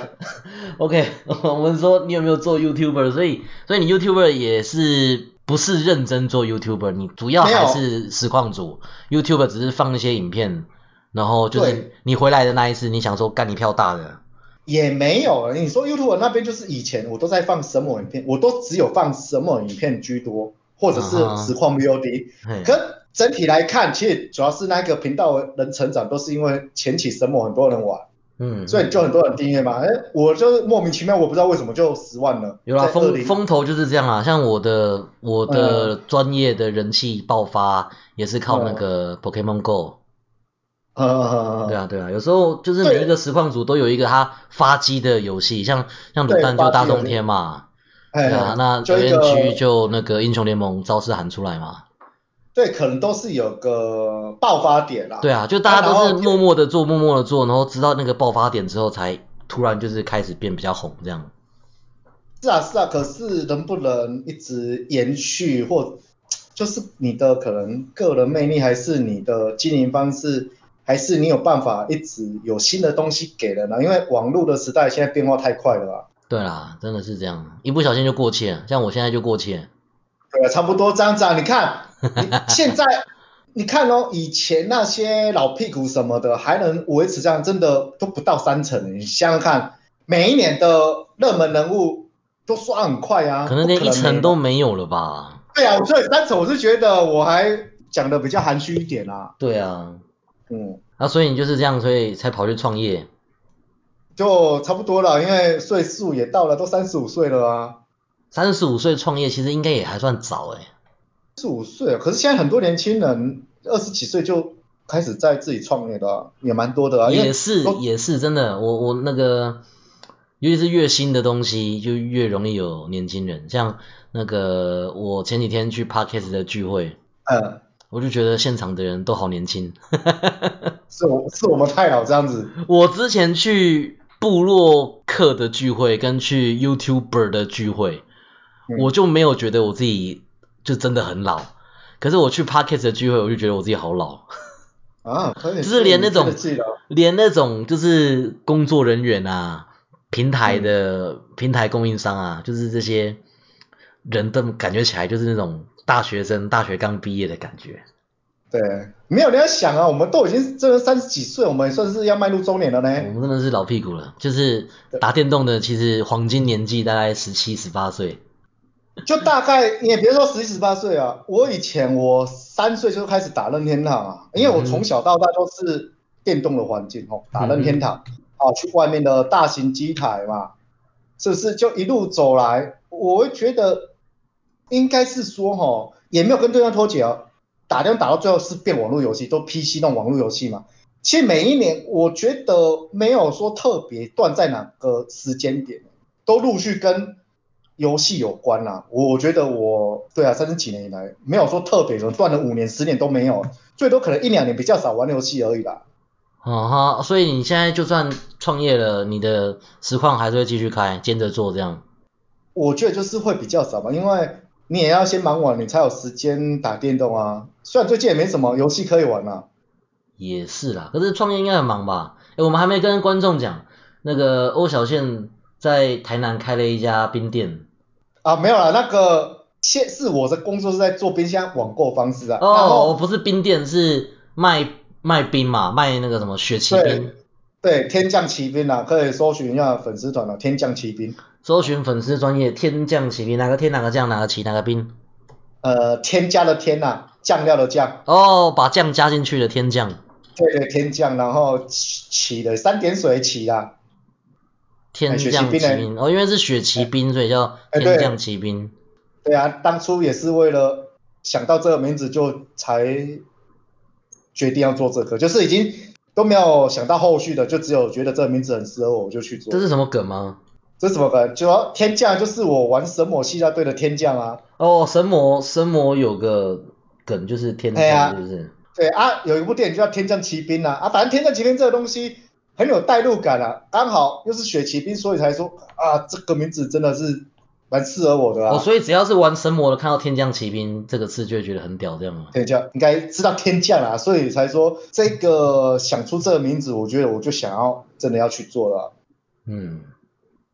[SPEAKER 1] ，OK，我们说你有没有做 YouTuber？所以，所以你 YouTuber 也是不是认真做 YouTuber？你主要
[SPEAKER 2] 没有
[SPEAKER 1] 还是实况组，YouTuber 只是放一些影片，然后就是
[SPEAKER 2] 对
[SPEAKER 1] 你回来的那一次，你想说干你票大的，
[SPEAKER 2] 也没有。你说 YouTube 那边就是以前我都在放神魔影片，我都只有放神魔影片居多，或者是
[SPEAKER 1] 啊哈嗯
[SPEAKER 2] 实况 VOD。
[SPEAKER 1] 嘿，
[SPEAKER 2] 可整体来看，其实主要是那个频道人成长，都是因为前期神魔很多人玩，
[SPEAKER 1] 嗯，
[SPEAKER 2] 所以就很多人订阅嘛。哎，我就是莫名其妙，我不知道为什么就十万了。
[SPEAKER 1] 有啦，
[SPEAKER 2] 在
[SPEAKER 1] 风
[SPEAKER 2] <laughs> 20
[SPEAKER 1] 风头就是这样啦。像我的我
[SPEAKER 2] 嗯
[SPEAKER 1] 的专业的人气爆发，也是靠那
[SPEAKER 2] 嗯
[SPEAKER 1] 个 Pokemon Go。
[SPEAKER 2] 呃呃
[SPEAKER 1] 对
[SPEAKER 2] 呃
[SPEAKER 1] 啊，对啊，有时候就是每一个实况组都有一个他发机的游戏，像像卤
[SPEAKER 2] 对
[SPEAKER 1] 蛋
[SPEAKER 2] 发
[SPEAKER 1] 就
[SPEAKER 2] 机
[SPEAKER 1] 大
[SPEAKER 2] 游
[SPEAKER 1] 冬
[SPEAKER 2] 戏
[SPEAKER 1] 天嘛，
[SPEAKER 2] 哎
[SPEAKER 1] 对啊，那
[SPEAKER 2] 就一
[SPEAKER 1] N
[SPEAKER 2] 个
[SPEAKER 1] G 就那个英雄联盟招式喊出来嘛，
[SPEAKER 2] 对，可能都是有个爆发点啦。
[SPEAKER 1] 对啊，就大家
[SPEAKER 2] 啊
[SPEAKER 1] 都
[SPEAKER 2] 然
[SPEAKER 1] 是
[SPEAKER 2] 后就
[SPEAKER 1] 默默的做，默默的做，然后直到那个爆发点之后，才突然就是开始变比较红这样。
[SPEAKER 2] 是啊是啊，可是能不能一直延续，或就是你的可能个人魅力，还是你的经营方式，还是你有办法一直有新的东西给人呢、啊因为网络的时代现在变化太快了啊。
[SPEAKER 1] 对啦，真的是这样，一不小心就过气了，像我现在就过气了。
[SPEAKER 2] 对啊，差不多这样子啊。你看，你现在 <laughs> 你看哦，以前那些老屁股什么的还能维持这样，真的都不到三成。你想想看，每一年的热门人物都刷很快啊，
[SPEAKER 1] 可能连
[SPEAKER 2] 不
[SPEAKER 1] 一层
[SPEAKER 2] 没
[SPEAKER 1] 都没有了吧？
[SPEAKER 2] 对啊。所以三成我是觉得我还讲的比较含蓄一点啊，
[SPEAKER 1] 对啊，
[SPEAKER 2] 嗯，
[SPEAKER 1] 啊，所以你就是这样，所以才跑去创业。
[SPEAKER 2] 就差不多了，因为岁数也到了，都三十五岁了啊，
[SPEAKER 1] 三十五岁创业，其实应该也还算早哎、
[SPEAKER 2] 四五岁。可是现在很多年轻人二十几岁就开始在自己创业的啊、也蛮多的啊，因为
[SPEAKER 1] 也是
[SPEAKER 2] 都
[SPEAKER 1] 也是真的，我我那个，尤其是越新的东西，就越容易有年轻人。像那个我前几天去 Parkes 的聚会，
[SPEAKER 2] 嗯。
[SPEAKER 1] 我就觉得现场的人都好年轻。
[SPEAKER 2] 是我是我们太老这样子，
[SPEAKER 1] 我之前去部落客的聚会，跟去 YouTuber 的聚会，
[SPEAKER 2] 嗯
[SPEAKER 1] 我就没有觉得我自己就真的很老。可是我去 Parkes 的聚会，我就觉得我自己好老。
[SPEAKER 2] 啊，可以
[SPEAKER 1] 就是连那种
[SPEAKER 2] 自己的
[SPEAKER 1] 连那种就是工作人员啊，平台的、平台供应商啊，就是这些人都感觉起来就是那种大学生、大学刚毕业的感觉。
[SPEAKER 2] 对，没有你要想啊，我们都已经真的三十几岁，我们也算是要迈入中年了
[SPEAKER 1] 我
[SPEAKER 2] 呢。
[SPEAKER 1] 们真的是老屁股了，就是打电动的，其实黄金年纪大概十七、十八岁。
[SPEAKER 2] <laughs> 就大概你也别说十七十八岁啊，我以前我三岁就开始打任天堂啊，因为我从小到大都是电动的环境哦，打任天堂，哦、去外面的大型机台嘛，是不是？就一路走来，我会觉得应该是说哦，也没有跟对方脱节哦，打电话打到最后是变网络游戏，都 PC 那种网络游戏嘛。其实每一年我觉得没有说特别断在哪个时间点，都陆续跟游戏有关啦、我我觉得我对啊，三十几年以来没有说特别的断了五年、十年都没有，最多可能一两年比较少玩游戏而已啦。
[SPEAKER 1] 哦哈，所以你现在就算创业了，你的实况还是会继续开，兼着做这样。
[SPEAKER 2] 我觉得就是会比较少吧，因为你也要先忙完，你才有时间打电动啊。虽然最近也没什么游戏可以玩啊啦、
[SPEAKER 1] 也是啦，可是创业应该很忙吧？哎、我们还没跟观众讲，那个欧小倩在台南开了一家冰店。
[SPEAKER 2] 啊，没有啦，那个现是我的工作是在做冰箱网购方式啊，然
[SPEAKER 1] 哦，
[SPEAKER 2] 后
[SPEAKER 1] 不是冰店，是卖卖冰嘛，卖那个什么雪奇冰
[SPEAKER 2] 对。对天降奇兵啊，可以搜寻一下粉丝团啊，天降奇兵，
[SPEAKER 1] 搜寻粉丝专业天降奇兵，哪个天哪个降哪个奇哪个冰？
[SPEAKER 2] 呃，添加的添啊，酱料的酱，
[SPEAKER 1] 哦，把酱加进去的天降。
[SPEAKER 2] 对对天降，然后起起的三点水起啦、
[SPEAKER 1] 天
[SPEAKER 2] 哎雪
[SPEAKER 1] 降
[SPEAKER 2] 奇
[SPEAKER 1] 奇
[SPEAKER 2] 冰呢
[SPEAKER 1] 兵哦，因为是雪奇冰，所以叫
[SPEAKER 2] 哎
[SPEAKER 1] 天
[SPEAKER 2] 对
[SPEAKER 1] 降奇兵。
[SPEAKER 2] 对啊，当初也是为了想到这个名字就才决定要做这个，就是已经都没有想到后续的，就只有觉得这个名字很适合我，我就去做
[SPEAKER 1] 这。是什么梗吗？
[SPEAKER 2] 这是什么梗？就要天降就是我玩神魔系列队的天降啊。
[SPEAKER 1] 哦，神魔神魔有个梗就是天
[SPEAKER 2] 哎呀
[SPEAKER 1] 降，是不是？
[SPEAKER 2] 对啊，有一部电影就叫《天降奇兵》啊，啊，反正《天降奇兵》这个东西很有代入感啊，刚好又是雪骑兵，所以才说啊，这个名字真的是蛮适合我的啊。
[SPEAKER 1] 哦，所以只要是玩神魔的，看到天降奇兵这个字，就会觉得很屌，这样吗？
[SPEAKER 2] 天降应该知道天降啦、所以才说这个想出这个名字，我觉得我就想要真的要去做了啊、
[SPEAKER 1] 嗯，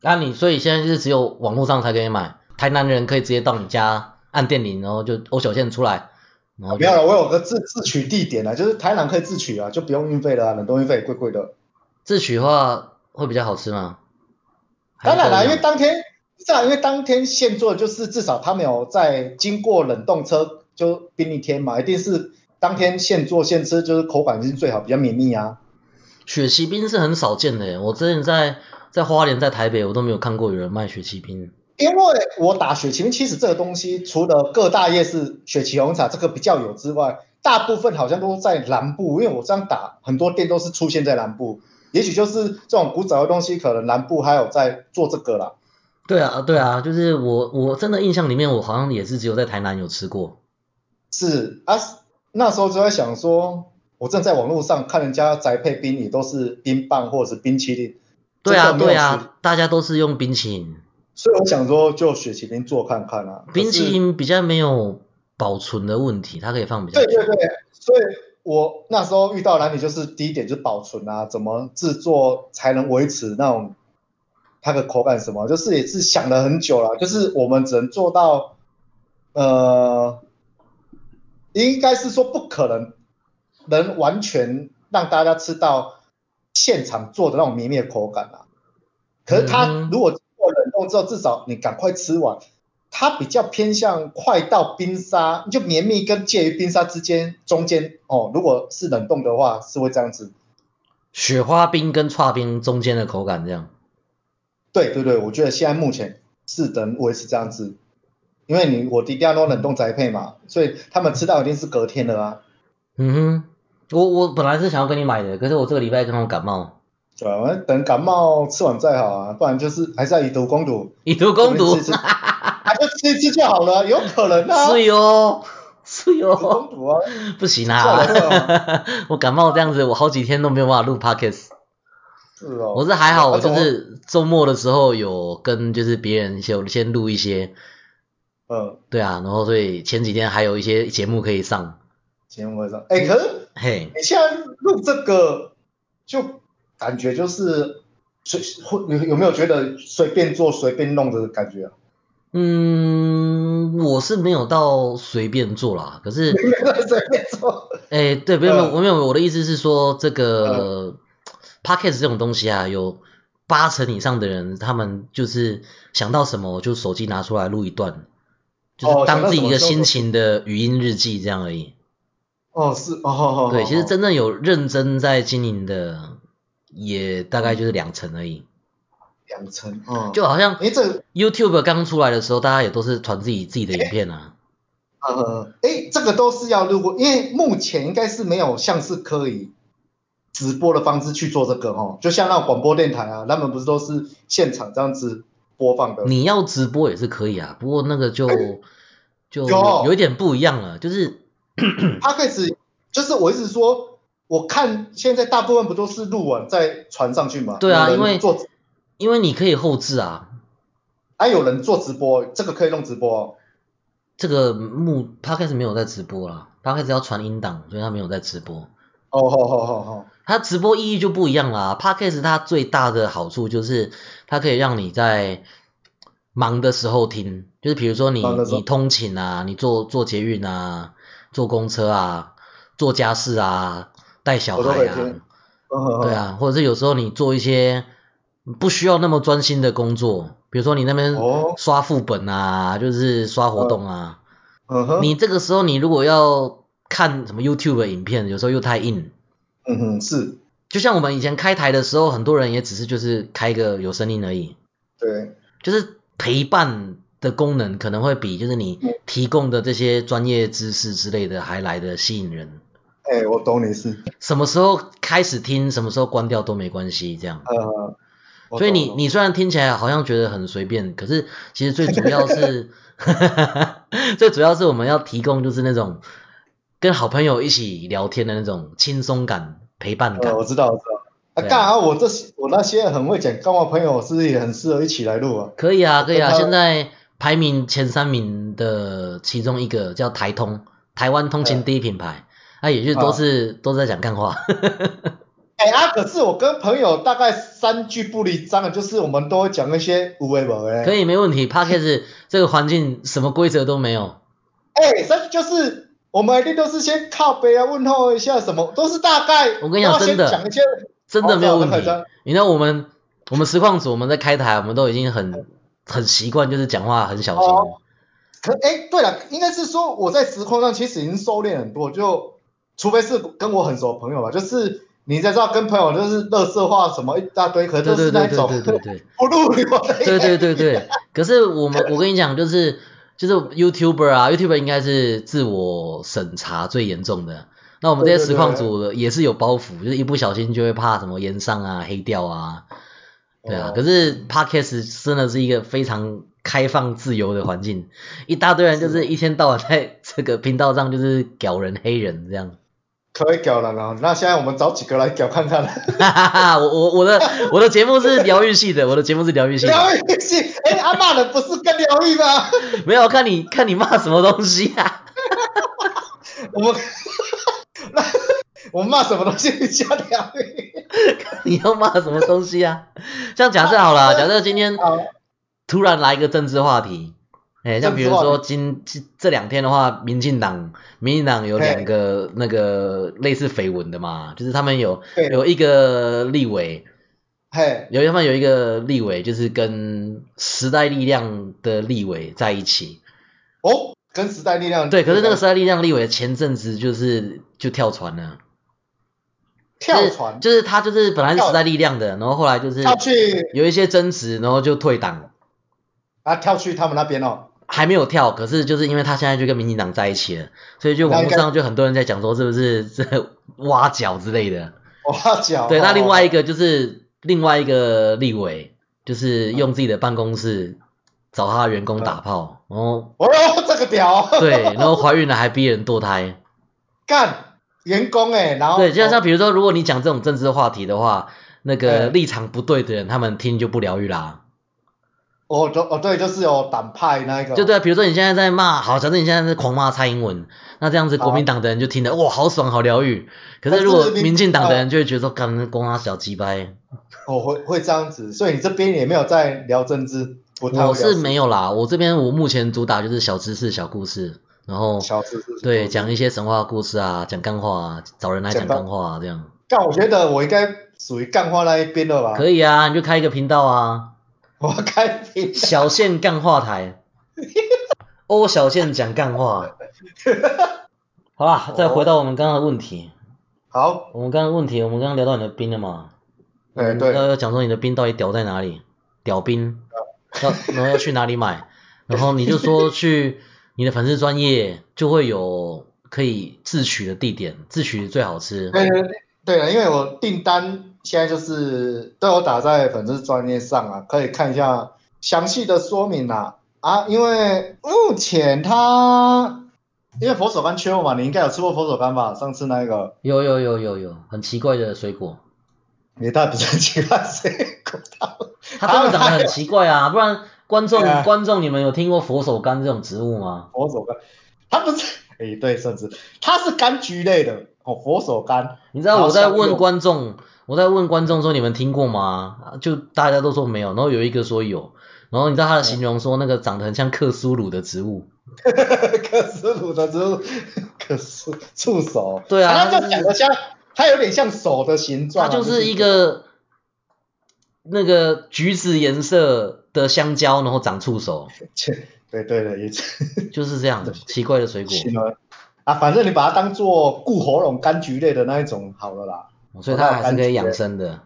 [SPEAKER 1] 那、你所以现在就是只有网络上才可以买，台南人可以直接到你家按电铃，然后就欧小线出来，然后
[SPEAKER 2] 没
[SPEAKER 1] 就
[SPEAKER 2] 有了，我有个自自取地点啊，就是台南可以自取啊，就不用运费了啊，冷冻运费也贵贵的。
[SPEAKER 1] 自取的话会比较好吃吗？
[SPEAKER 2] 当然啦，
[SPEAKER 1] 还是啊
[SPEAKER 2] 因
[SPEAKER 1] 怎样
[SPEAKER 2] 为当天是啊，因为当天现做的就是至少他没有在经过冷冻车就冰一天嘛，一定是当天现做现吃，就是口感是最好，比较绵密啊。
[SPEAKER 1] 雪奇冰是很少见的耶，我之前在在花莲、在台北，我都没有看过有人卖雪奇冰。
[SPEAKER 2] 因为我打雪奇冰，其实这个东西除了各大夜市雪奇红茶这个比较有之外，大部分好像都在南部，因为我这样打很多店都是出现在南部，也许就是这种古早的东西，可能南部还有在做这个啦。
[SPEAKER 1] 对啊，对啊，就是我我真的印象里面，我好像也是只有在台南有吃过。
[SPEAKER 2] 是啊，那时候就在想说，我正在网络上看人家宅配冰，也都是冰棒或者是冰淇淋，
[SPEAKER 1] 对啊，
[SPEAKER 2] 真的没
[SPEAKER 1] 对
[SPEAKER 2] 有吃
[SPEAKER 1] 啊，大家都是用冰淇淋，
[SPEAKER 2] 所以我想说就雪淇淋做看看啊。
[SPEAKER 1] 冰淇
[SPEAKER 2] 可是
[SPEAKER 1] 淋比较没有保存的问题，它可以放比较
[SPEAKER 2] 对
[SPEAKER 1] 久。
[SPEAKER 2] 对对，所以我那时候遇到难题就是第一点就是保存啊，怎么制作才能维持那种它的口感什么，就是也是想了很久了，就是我们只能做到，呃，应该是说不可能能完全让大家吃到现场做的那种绵密的口感啊。可是它
[SPEAKER 1] 嗯哼
[SPEAKER 2] 如果经过冷冻之后，至少你赶快吃完，它比较偏向快到冰沙，就绵密跟介于冰沙之间中间哦。如果是冷冻的话，是会这样子。
[SPEAKER 1] 雪花冰跟刨冰中间的口感这样。
[SPEAKER 2] 对对对，我觉得现在目前是能维持这样子，因为你我一定要弄冷冻宅配嘛，所以他们吃到一定是隔天的啊。
[SPEAKER 1] 嗯哼，我我本来是想要跟你买的，可是我这个礼拜刚好感
[SPEAKER 2] <laughs>
[SPEAKER 1] 冒，
[SPEAKER 2] 对啊，我等感冒吃完再好啊，不然就是还是要以毒攻毒，
[SPEAKER 1] 以毒攻毒
[SPEAKER 2] 我，
[SPEAKER 1] <laughs>
[SPEAKER 2] 们吃一吃啊就吃一吃就好了，有可能啊，
[SPEAKER 1] 是哟是
[SPEAKER 2] 以
[SPEAKER 1] 哟，
[SPEAKER 2] 毒 <laughs> 攻毒啊，
[SPEAKER 1] 不行
[SPEAKER 2] 吓
[SPEAKER 1] <laughs>
[SPEAKER 2] 人
[SPEAKER 1] 啊！我感冒这样子，我好几天都没有办法录 podcast。
[SPEAKER 2] 是哦。
[SPEAKER 1] 我是还好，
[SPEAKER 2] 啊
[SPEAKER 1] 我
[SPEAKER 2] 怎
[SPEAKER 1] 就
[SPEAKER 2] 么
[SPEAKER 1] 是周末的时候有跟就是别人先先录一些，
[SPEAKER 2] 嗯，
[SPEAKER 1] 对啊，然后所以前几天还有一些节目可以上，
[SPEAKER 2] 节目会上，哎，可是
[SPEAKER 1] 嘿，
[SPEAKER 2] 你现在录这个，就感觉就是随会有有没有觉得随便做随便弄的感觉啊？
[SPEAKER 1] 嗯，我是没有到随便做啦，可是
[SPEAKER 2] 随便做，
[SPEAKER 1] 哎、对，没有没有，
[SPEAKER 2] <laughs> 嗯
[SPEAKER 1] 我没有，我的意思是说，这个 podcast 这种东西啊，有八成以上的人，他们就是想到什么就手机拿出来录一段，就是
[SPEAKER 2] 哦想
[SPEAKER 1] 当
[SPEAKER 2] 到
[SPEAKER 1] 自己
[SPEAKER 2] 什
[SPEAKER 1] 一
[SPEAKER 2] 么
[SPEAKER 1] 个
[SPEAKER 2] 就
[SPEAKER 1] 心情的语音日记这样而已。
[SPEAKER 2] 哦是哦，
[SPEAKER 1] 对，其实
[SPEAKER 2] 这
[SPEAKER 1] 真正有认真在经营的，也大概就是两成而已。
[SPEAKER 2] 两层，嗯，
[SPEAKER 1] 就好像
[SPEAKER 2] 哎这，
[SPEAKER 1] YouTube 刚出来的时候，大家也都是传自己自己的影片啊。
[SPEAKER 2] 呃，哎这个都是要录过，因为目前应该是没有像是可以直播的方式去做这个哦，就像那种广播电台啊，他们不是都是现场这样子播放的，
[SPEAKER 1] 你要直播也是可以啊，不过那个就就
[SPEAKER 2] 哎有
[SPEAKER 1] 有一点不一样了，就是。嗯
[SPEAKER 2] 他开始就是我一直说，我看现在大部分不都是录完再传上去吗？
[SPEAKER 1] 对啊，
[SPEAKER 2] 有人
[SPEAKER 1] 因为
[SPEAKER 2] 做
[SPEAKER 1] 因为你可以后置啊，
[SPEAKER 2] 还有人做直播，这个可以弄直播哦。
[SPEAKER 1] 这个目 podcast 没有在直播啦，podcast 要传音档，所以他没有在直播。
[SPEAKER 2] 哦，好好好好，
[SPEAKER 1] 它直播意义就不一样啦，podcast 它最大的好处就是它可以让你在忙的时候听，就是比如说你
[SPEAKER 2] 忙的时候
[SPEAKER 1] 你通勤啊，你坐坐捷运啊，坐公车啊，做家事啊，带小
[SPEAKER 2] 我都
[SPEAKER 1] 孩
[SPEAKER 2] 可以
[SPEAKER 1] 啊，
[SPEAKER 2] 听嗯嗯
[SPEAKER 1] 对，啊，或者是有时候你做一些不需要那么专心的工作，比如说你那边
[SPEAKER 2] 哦
[SPEAKER 1] 刷副本啊，就是刷活动啊，
[SPEAKER 2] 嗯哼，
[SPEAKER 1] 你这个时候你如果要看什么 YouTube 的影片，有时候又太硬。
[SPEAKER 2] 嗯哼是，
[SPEAKER 1] 就像我们以前开台的时候，很多人也只是就是开个有声音而已，
[SPEAKER 2] 对，
[SPEAKER 1] 就是陪伴的功能可能会比就是你
[SPEAKER 2] 嗯
[SPEAKER 1] 提供的这些专业知识之类的还来的吸引人。
[SPEAKER 2] 哎，我懂你是，
[SPEAKER 1] 什么时候开始听，什么时候关掉都没关系，这样。
[SPEAKER 2] 呃，我懂
[SPEAKER 1] 所以你
[SPEAKER 2] 了
[SPEAKER 1] 你虽然听起来好像觉得很随便，可是其实最主要
[SPEAKER 2] <laughs>
[SPEAKER 1] 是，最主要是我们要提供就是那种跟好朋友一起聊天的那种轻松感、陪伴感
[SPEAKER 2] 呃，。我知道，我知道。啊，
[SPEAKER 1] 对啊
[SPEAKER 2] 干啊！我这些我那些很会讲干话朋友，是不是也很适合一起来录啊？
[SPEAKER 1] 可以啊，可以啊！
[SPEAKER 2] 跟他
[SPEAKER 1] 现在排名前三名的其中一个叫台通，台湾通勤第一品牌，那、也就
[SPEAKER 2] 哦
[SPEAKER 1] 都是、都在讲干话。
[SPEAKER 2] 哎啊，可是我跟朋友大概三句不离章的，就是我们都会讲一些无为不为。
[SPEAKER 1] 可以，没问题。p a c k a g e 这个环境什么规则都没有，
[SPEAKER 2] 哎，这就是我们一定都是先靠背啊，问候一下什么，都是大概。
[SPEAKER 1] 我跟你讲
[SPEAKER 2] 都要
[SPEAKER 1] 真的
[SPEAKER 2] 先讲一些
[SPEAKER 1] 真的没有问
[SPEAKER 2] 好
[SPEAKER 1] 题
[SPEAKER 2] 这样我们可以这样。
[SPEAKER 1] 你知道我们我们实况组我们在开台，我们都已经很很习惯，就是讲话很小心了。
[SPEAKER 2] 哦可哎，对了，应该是说我在实况上其实已经收敛很多，就除非是跟我很熟的朋友吧，就是你才知道跟朋友就是乐色话什么一大堆，可是
[SPEAKER 1] 对
[SPEAKER 2] 都
[SPEAKER 1] 对
[SPEAKER 2] 是
[SPEAKER 1] 对
[SPEAKER 2] 那
[SPEAKER 1] 对
[SPEAKER 2] 种
[SPEAKER 1] 对对对。
[SPEAKER 2] 不入流的。
[SPEAKER 1] 对对对对，可是我们我跟你讲，就是就是 YouTuber 啊，YouTuber 应该是自我审查最严重的。那我们这些
[SPEAKER 2] 对对
[SPEAKER 1] 实
[SPEAKER 2] 对
[SPEAKER 1] 况组的也是有包袱，就是一不小心就会怕什么延上啊、黑掉啊，对啊。
[SPEAKER 2] 哦
[SPEAKER 1] 可是 Podcast 真的是一个非常开放自由的环境，一大堆人就是一天到晚在这个频道上就是屌人、黑人这样。
[SPEAKER 2] 可以屌了啦，那现在我们找几个来屌看看。 <laughs>
[SPEAKER 1] 哈哈哈，我我我的我的节目是疗愈系的，我的节目是疗愈系的。
[SPEAKER 2] 疗愈系，哎，阿骂人不是更疗愈吗？ <laughs>
[SPEAKER 1] 没有看你看你骂什么东西啊？ <laughs>
[SPEAKER 2] 我们那我骂什么东西比较疗愈？
[SPEAKER 1] 你要骂什么东西啊？像假设好了，假设今天
[SPEAKER 2] 好，
[SPEAKER 1] 突然来一个政治话题，哎、像比如
[SPEAKER 2] 政治
[SPEAKER 1] 说
[SPEAKER 2] 话
[SPEAKER 1] 今今这两天的话，民进党民进党有
[SPEAKER 2] 嘿
[SPEAKER 1] 两个那个类似绯闻的嘛，就是他们有
[SPEAKER 2] 对
[SPEAKER 1] 有一个立委，
[SPEAKER 2] 嘿，
[SPEAKER 1] 有他们有一个立委就是跟时代力量的立委在一起，
[SPEAKER 2] 哦，跟时代力量
[SPEAKER 1] 对，可是那个时代力量立委前阵子就是就跳船了。
[SPEAKER 2] 跳船
[SPEAKER 1] 就是就是他就是本来是时代力量的，然后后来就是
[SPEAKER 2] 跳去
[SPEAKER 1] 有一些争执，然后就退党，
[SPEAKER 2] 啊，跳去他们那边哦。
[SPEAKER 1] 还没有跳，可是就是因为他现在就跟民进党在一起了，所以就网络上就很多人在讲说是不是 <laughs> 这挖角之类的。
[SPEAKER 2] 我哦脚。
[SPEAKER 1] 对，那另外一个
[SPEAKER 2] 个
[SPEAKER 1] 就是另外一个立委，就是用自己的办公室找他的员工打炮，然后
[SPEAKER 2] 哦，这个屌哦，
[SPEAKER 1] 对，然后怀孕了还逼人堕胎。
[SPEAKER 2] 干员工哎，然后
[SPEAKER 1] 对，就像比如说，如果你讲这种政治话题的话，那个
[SPEAKER 2] 哎
[SPEAKER 1] 立场不对的人，他们听就不疗愈啦。
[SPEAKER 2] 哦，就哦对，就是有党派那一个，
[SPEAKER 1] 就对啊，比如说你现在在骂，好，假设你现在是狂骂蔡英文，那这样子国民党的人就听得哇，好爽，好疗愈。可是如果
[SPEAKER 2] 但是
[SPEAKER 1] 民进党的人就会觉得说，干那光他小鸡掰。
[SPEAKER 2] 哦会会这样子，所以你这边也没有在聊政治，不太
[SPEAKER 1] 我
[SPEAKER 2] 会聊
[SPEAKER 1] 是没有啦，我这边我目前主打就是小知识、小故事，然后
[SPEAKER 2] 小事是
[SPEAKER 1] 对讲一些神话故事啊，讲干话啊，找人来讲
[SPEAKER 2] 讲干
[SPEAKER 1] 干话啊，这样
[SPEAKER 2] 干，我觉得我应该属于干话那一边了吧？
[SPEAKER 1] 可
[SPEAKER 2] 以，
[SPEAKER 1] 以啊，你就开一个频道啊，
[SPEAKER 2] 我开屏，
[SPEAKER 1] 小县干话台，
[SPEAKER 2] <laughs>
[SPEAKER 1] 欧小县讲干话。好啦，再
[SPEAKER 2] 哦
[SPEAKER 1] 回到我们刚刚的问题。
[SPEAKER 2] 好，
[SPEAKER 1] 我们刚刚问题，我们刚刚聊到你的兵了嘛？
[SPEAKER 2] 哎
[SPEAKER 1] 嗯要
[SPEAKER 2] 对，啊
[SPEAKER 1] 要讲说你的兵到底屌在哪里？屌兵，要然后要去哪里
[SPEAKER 2] <laughs>
[SPEAKER 1] 买？然后你就说去你的粉丝专业就会有可以自取的地点，自取最好吃。
[SPEAKER 2] 对对对啊了，因为我订单现在就是都有打在粉丝专业上啊，可以看一下详细的说明啦、啊。因为目前它因为佛手柑缺货嘛，你应该有吃过佛手柑吧？上次那个
[SPEAKER 1] 有有有有有，很奇怪的水
[SPEAKER 2] <laughs>
[SPEAKER 1] 果，
[SPEAKER 2] 你到底是奇怪谁果到？
[SPEAKER 1] 它真的长得很奇怪
[SPEAKER 2] <laughs>
[SPEAKER 1] 啊！不然观众
[SPEAKER 2] 对啊
[SPEAKER 1] 观众，你们有听过佛手柑这种植物吗？
[SPEAKER 2] 佛手柑，它不是，哎、对，甚至它是柑橘类的哦，佛手柑。 <laughs>
[SPEAKER 1] 你知道我在
[SPEAKER 2] 然后香
[SPEAKER 1] 问
[SPEAKER 2] 柚
[SPEAKER 1] 观众，我在问观众说你们听过吗？啊就大家都说没有，然后有一个说有，然后你知道他的形容说那个长得很像克苏鲁的植物，
[SPEAKER 2] 克斯鲁的植物，克斯触手。
[SPEAKER 1] 对啊
[SPEAKER 2] 它
[SPEAKER 1] 它
[SPEAKER 2] 就
[SPEAKER 1] 就是
[SPEAKER 2] 讲的像，它有点像手的形状
[SPEAKER 1] 它
[SPEAKER 2] 啊、
[SPEAKER 1] 就是一个那个橘子颜色的香蕉，然后长触手，
[SPEAKER 2] 切。对对对，也是
[SPEAKER 1] 就是这样奇怪的水果，
[SPEAKER 2] <laughs> 形容啊，反正你把它当做固喉咙柑橘类的那一种好了啦。
[SPEAKER 1] 所以它还是可以养生的。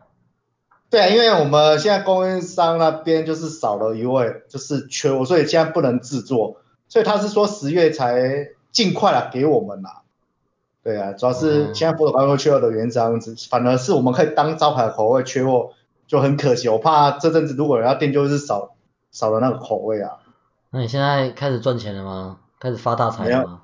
[SPEAKER 2] 对啊，因为我们现在供应商那边就是少了一位，就是缺我，所以现在不能制作，所以他是说十月才尽快来给我们啦。对啊，主要是
[SPEAKER 1] 嗯
[SPEAKER 2] 现在佛手柑会缺货的原因这样子，反而是我们可以当招牌口味缺货，就很可惜。我怕这阵子如果有要订，就是少少了那个口味啊。
[SPEAKER 1] 那你现在开始赚钱了吗？开始发大财了吗？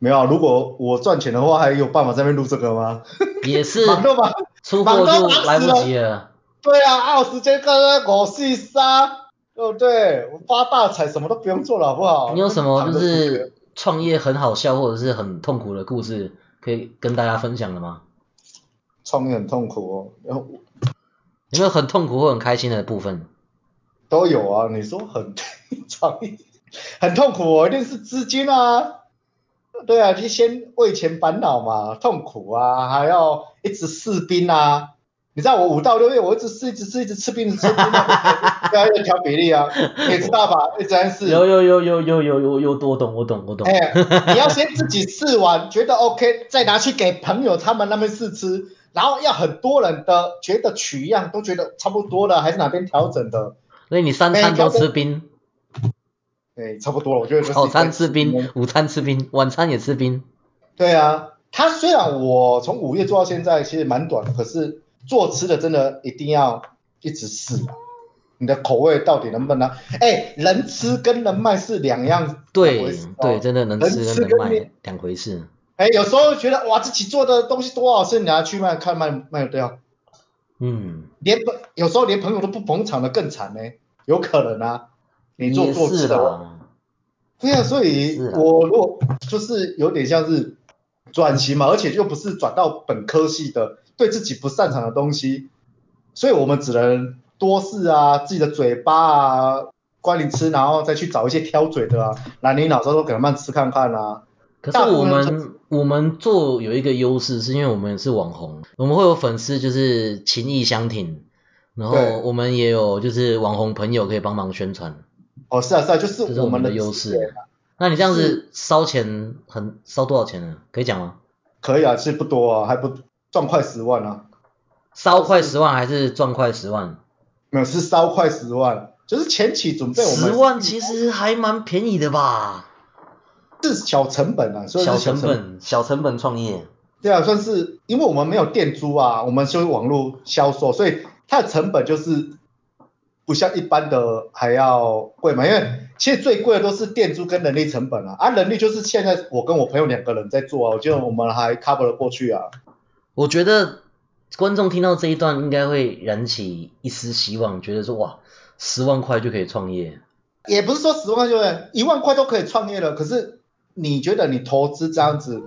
[SPEAKER 2] 没有啊，如果我赚钱的话，还有办法在那边录这个吗？
[SPEAKER 1] 也是
[SPEAKER 2] 忙都忙，
[SPEAKER 1] 出货就
[SPEAKER 2] 忙都忙死
[SPEAKER 1] 来不及了。
[SPEAKER 2] 对啊，还有时间干那狗细沙，对不对？我发大财什么都不用做了，好不好？
[SPEAKER 1] 你有什么
[SPEAKER 2] 躺
[SPEAKER 1] 就
[SPEAKER 2] 着出去
[SPEAKER 1] 是创业很好笑或者是很痛苦的故事可以跟大家分享的吗？
[SPEAKER 2] 创业很痛苦哦，然后
[SPEAKER 1] 有没有很痛苦或很开心的部分？
[SPEAKER 2] 都有啊。你说很 <laughs> 创业很痛苦、哦，一定是资金啊。对啊，就先为钱烦恼嘛，痛苦啊，还要一直试冰啊。你知道我五到六月，我一直试，一直试，一直吃冰，一直吃冰啊，对啊， <laughs> 要调比例啊，你知道吧？一直在试。
[SPEAKER 1] 有有有有有有有有，我懂我懂我懂。 <laughs>
[SPEAKER 2] 哎，你要先自己试完，觉得 OK，再拿去给朋友他们那边试吃，然后要很多人的觉得取样都觉得差不多了，还是哪边调整的？
[SPEAKER 1] 所以你三餐都吃冰，
[SPEAKER 2] 对，哎差不多了，我觉得就是一个
[SPEAKER 1] 早餐吃哦冰，午餐吃冰，晚餐也吃冰。
[SPEAKER 2] 对啊，它虽然我从五月做到现在，其实蛮短的，可是做吃的真的一定要一直试啊。你的口味到底能不能？哎，人吃跟人卖是两样，两回
[SPEAKER 1] 对
[SPEAKER 2] 事哦
[SPEAKER 1] 对，真的能吃
[SPEAKER 2] 人
[SPEAKER 1] 跟
[SPEAKER 2] 吃
[SPEAKER 1] 能
[SPEAKER 2] 跟你
[SPEAKER 1] 卖两回事。
[SPEAKER 2] 哎，有时候觉得哇，自己做的东西多好吃，你拿去卖，看卖卖不掉，
[SPEAKER 1] 嗯，
[SPEAKER 2] 连朋有时候连朋友都不捧场的更惨呢，有可能啊。你做
[SPEAKER 1] 也
[SPEAKER 2] 做
[SPEAKER 1] 是
[SPEAKER 2] 吃的话，
[SPEAKER 1] 啦，
[SPEAKER 2] 对啊，所以
[SPEAKER 1] 是啊
[SPEAKER 2] 我如果就是有点像是转型嘛，而且又不是转到本科系的，对自己不擅长的东西，所以我们只能多试啊，自己的嘴巴啊，关你吃，然后再去找一些挑嘴的啊，那你脑子都给他们吃看看啊。
[SPEAKER 1] 可是
[SPEAKER 2] 大部
[SPEAKER 1] 我
[SPEAKER 2] 分都
[SPEAKER 1] 们我们做有一个优势，是因为我们是网红，我们会有粉丝就是情谊相挺，然后
[SPEAKER 2] 对
[SPEAKER 1] 我们也有就是网红朋友可以帮忙宣传，
[SPEAKER 2] 哦，是啊，是啊，就是
[SPEAKER 1] 这是
[SPEAKER 2] 我
[SPEAKER 1] 们
[SPEAKER 2] 们的
[SPEAKER 1] 的优
[SPEAKER 2] 资源
[SPEAKER 1] 势
[SPEAKER 2] 啊。
[SPEAKER 1] 那你这样子烧钱很烧多少钱呢？可以讲吗？
[SPEAKER 2] 可以啊，其实不多啊，还不赚快十万啊，
[SPEAKER 1] 烧快十万还是赚快十万？
[SPEAKER 2] 没有是烧快十万，就是前期准备我们
[SPEAKER 1] 十万其实还蛮便宜的吧？
[SPEAKER 2] 是小成本啊，所以是
[SPEAKER 1] 小
[SPEAKER 2] 小
[SPEAKER 1] 成
[SPEAKER 2] 本
[SPEAKER 1] 本，小成本创业。
[SPEAKER 2] 对啊，算是因为我们没有店租啊，我们就是网络销售，所以它的成本就是不像一般的还要贵嘛。因为其实最贵的都是店租跟人力成本啊，啊，人力就是现在我跟我朋友两个人在做啊，我觉得我们还 cover 得过去啊。
[SPEAKER 1] 我觉得观众听到这一段应该会燃起一丝希望，觉得说哇，十万块就可以创业。
[SPEAKER 2] 也不是说十万就是一万块都可以创业了，可是你觉得你投资这样子，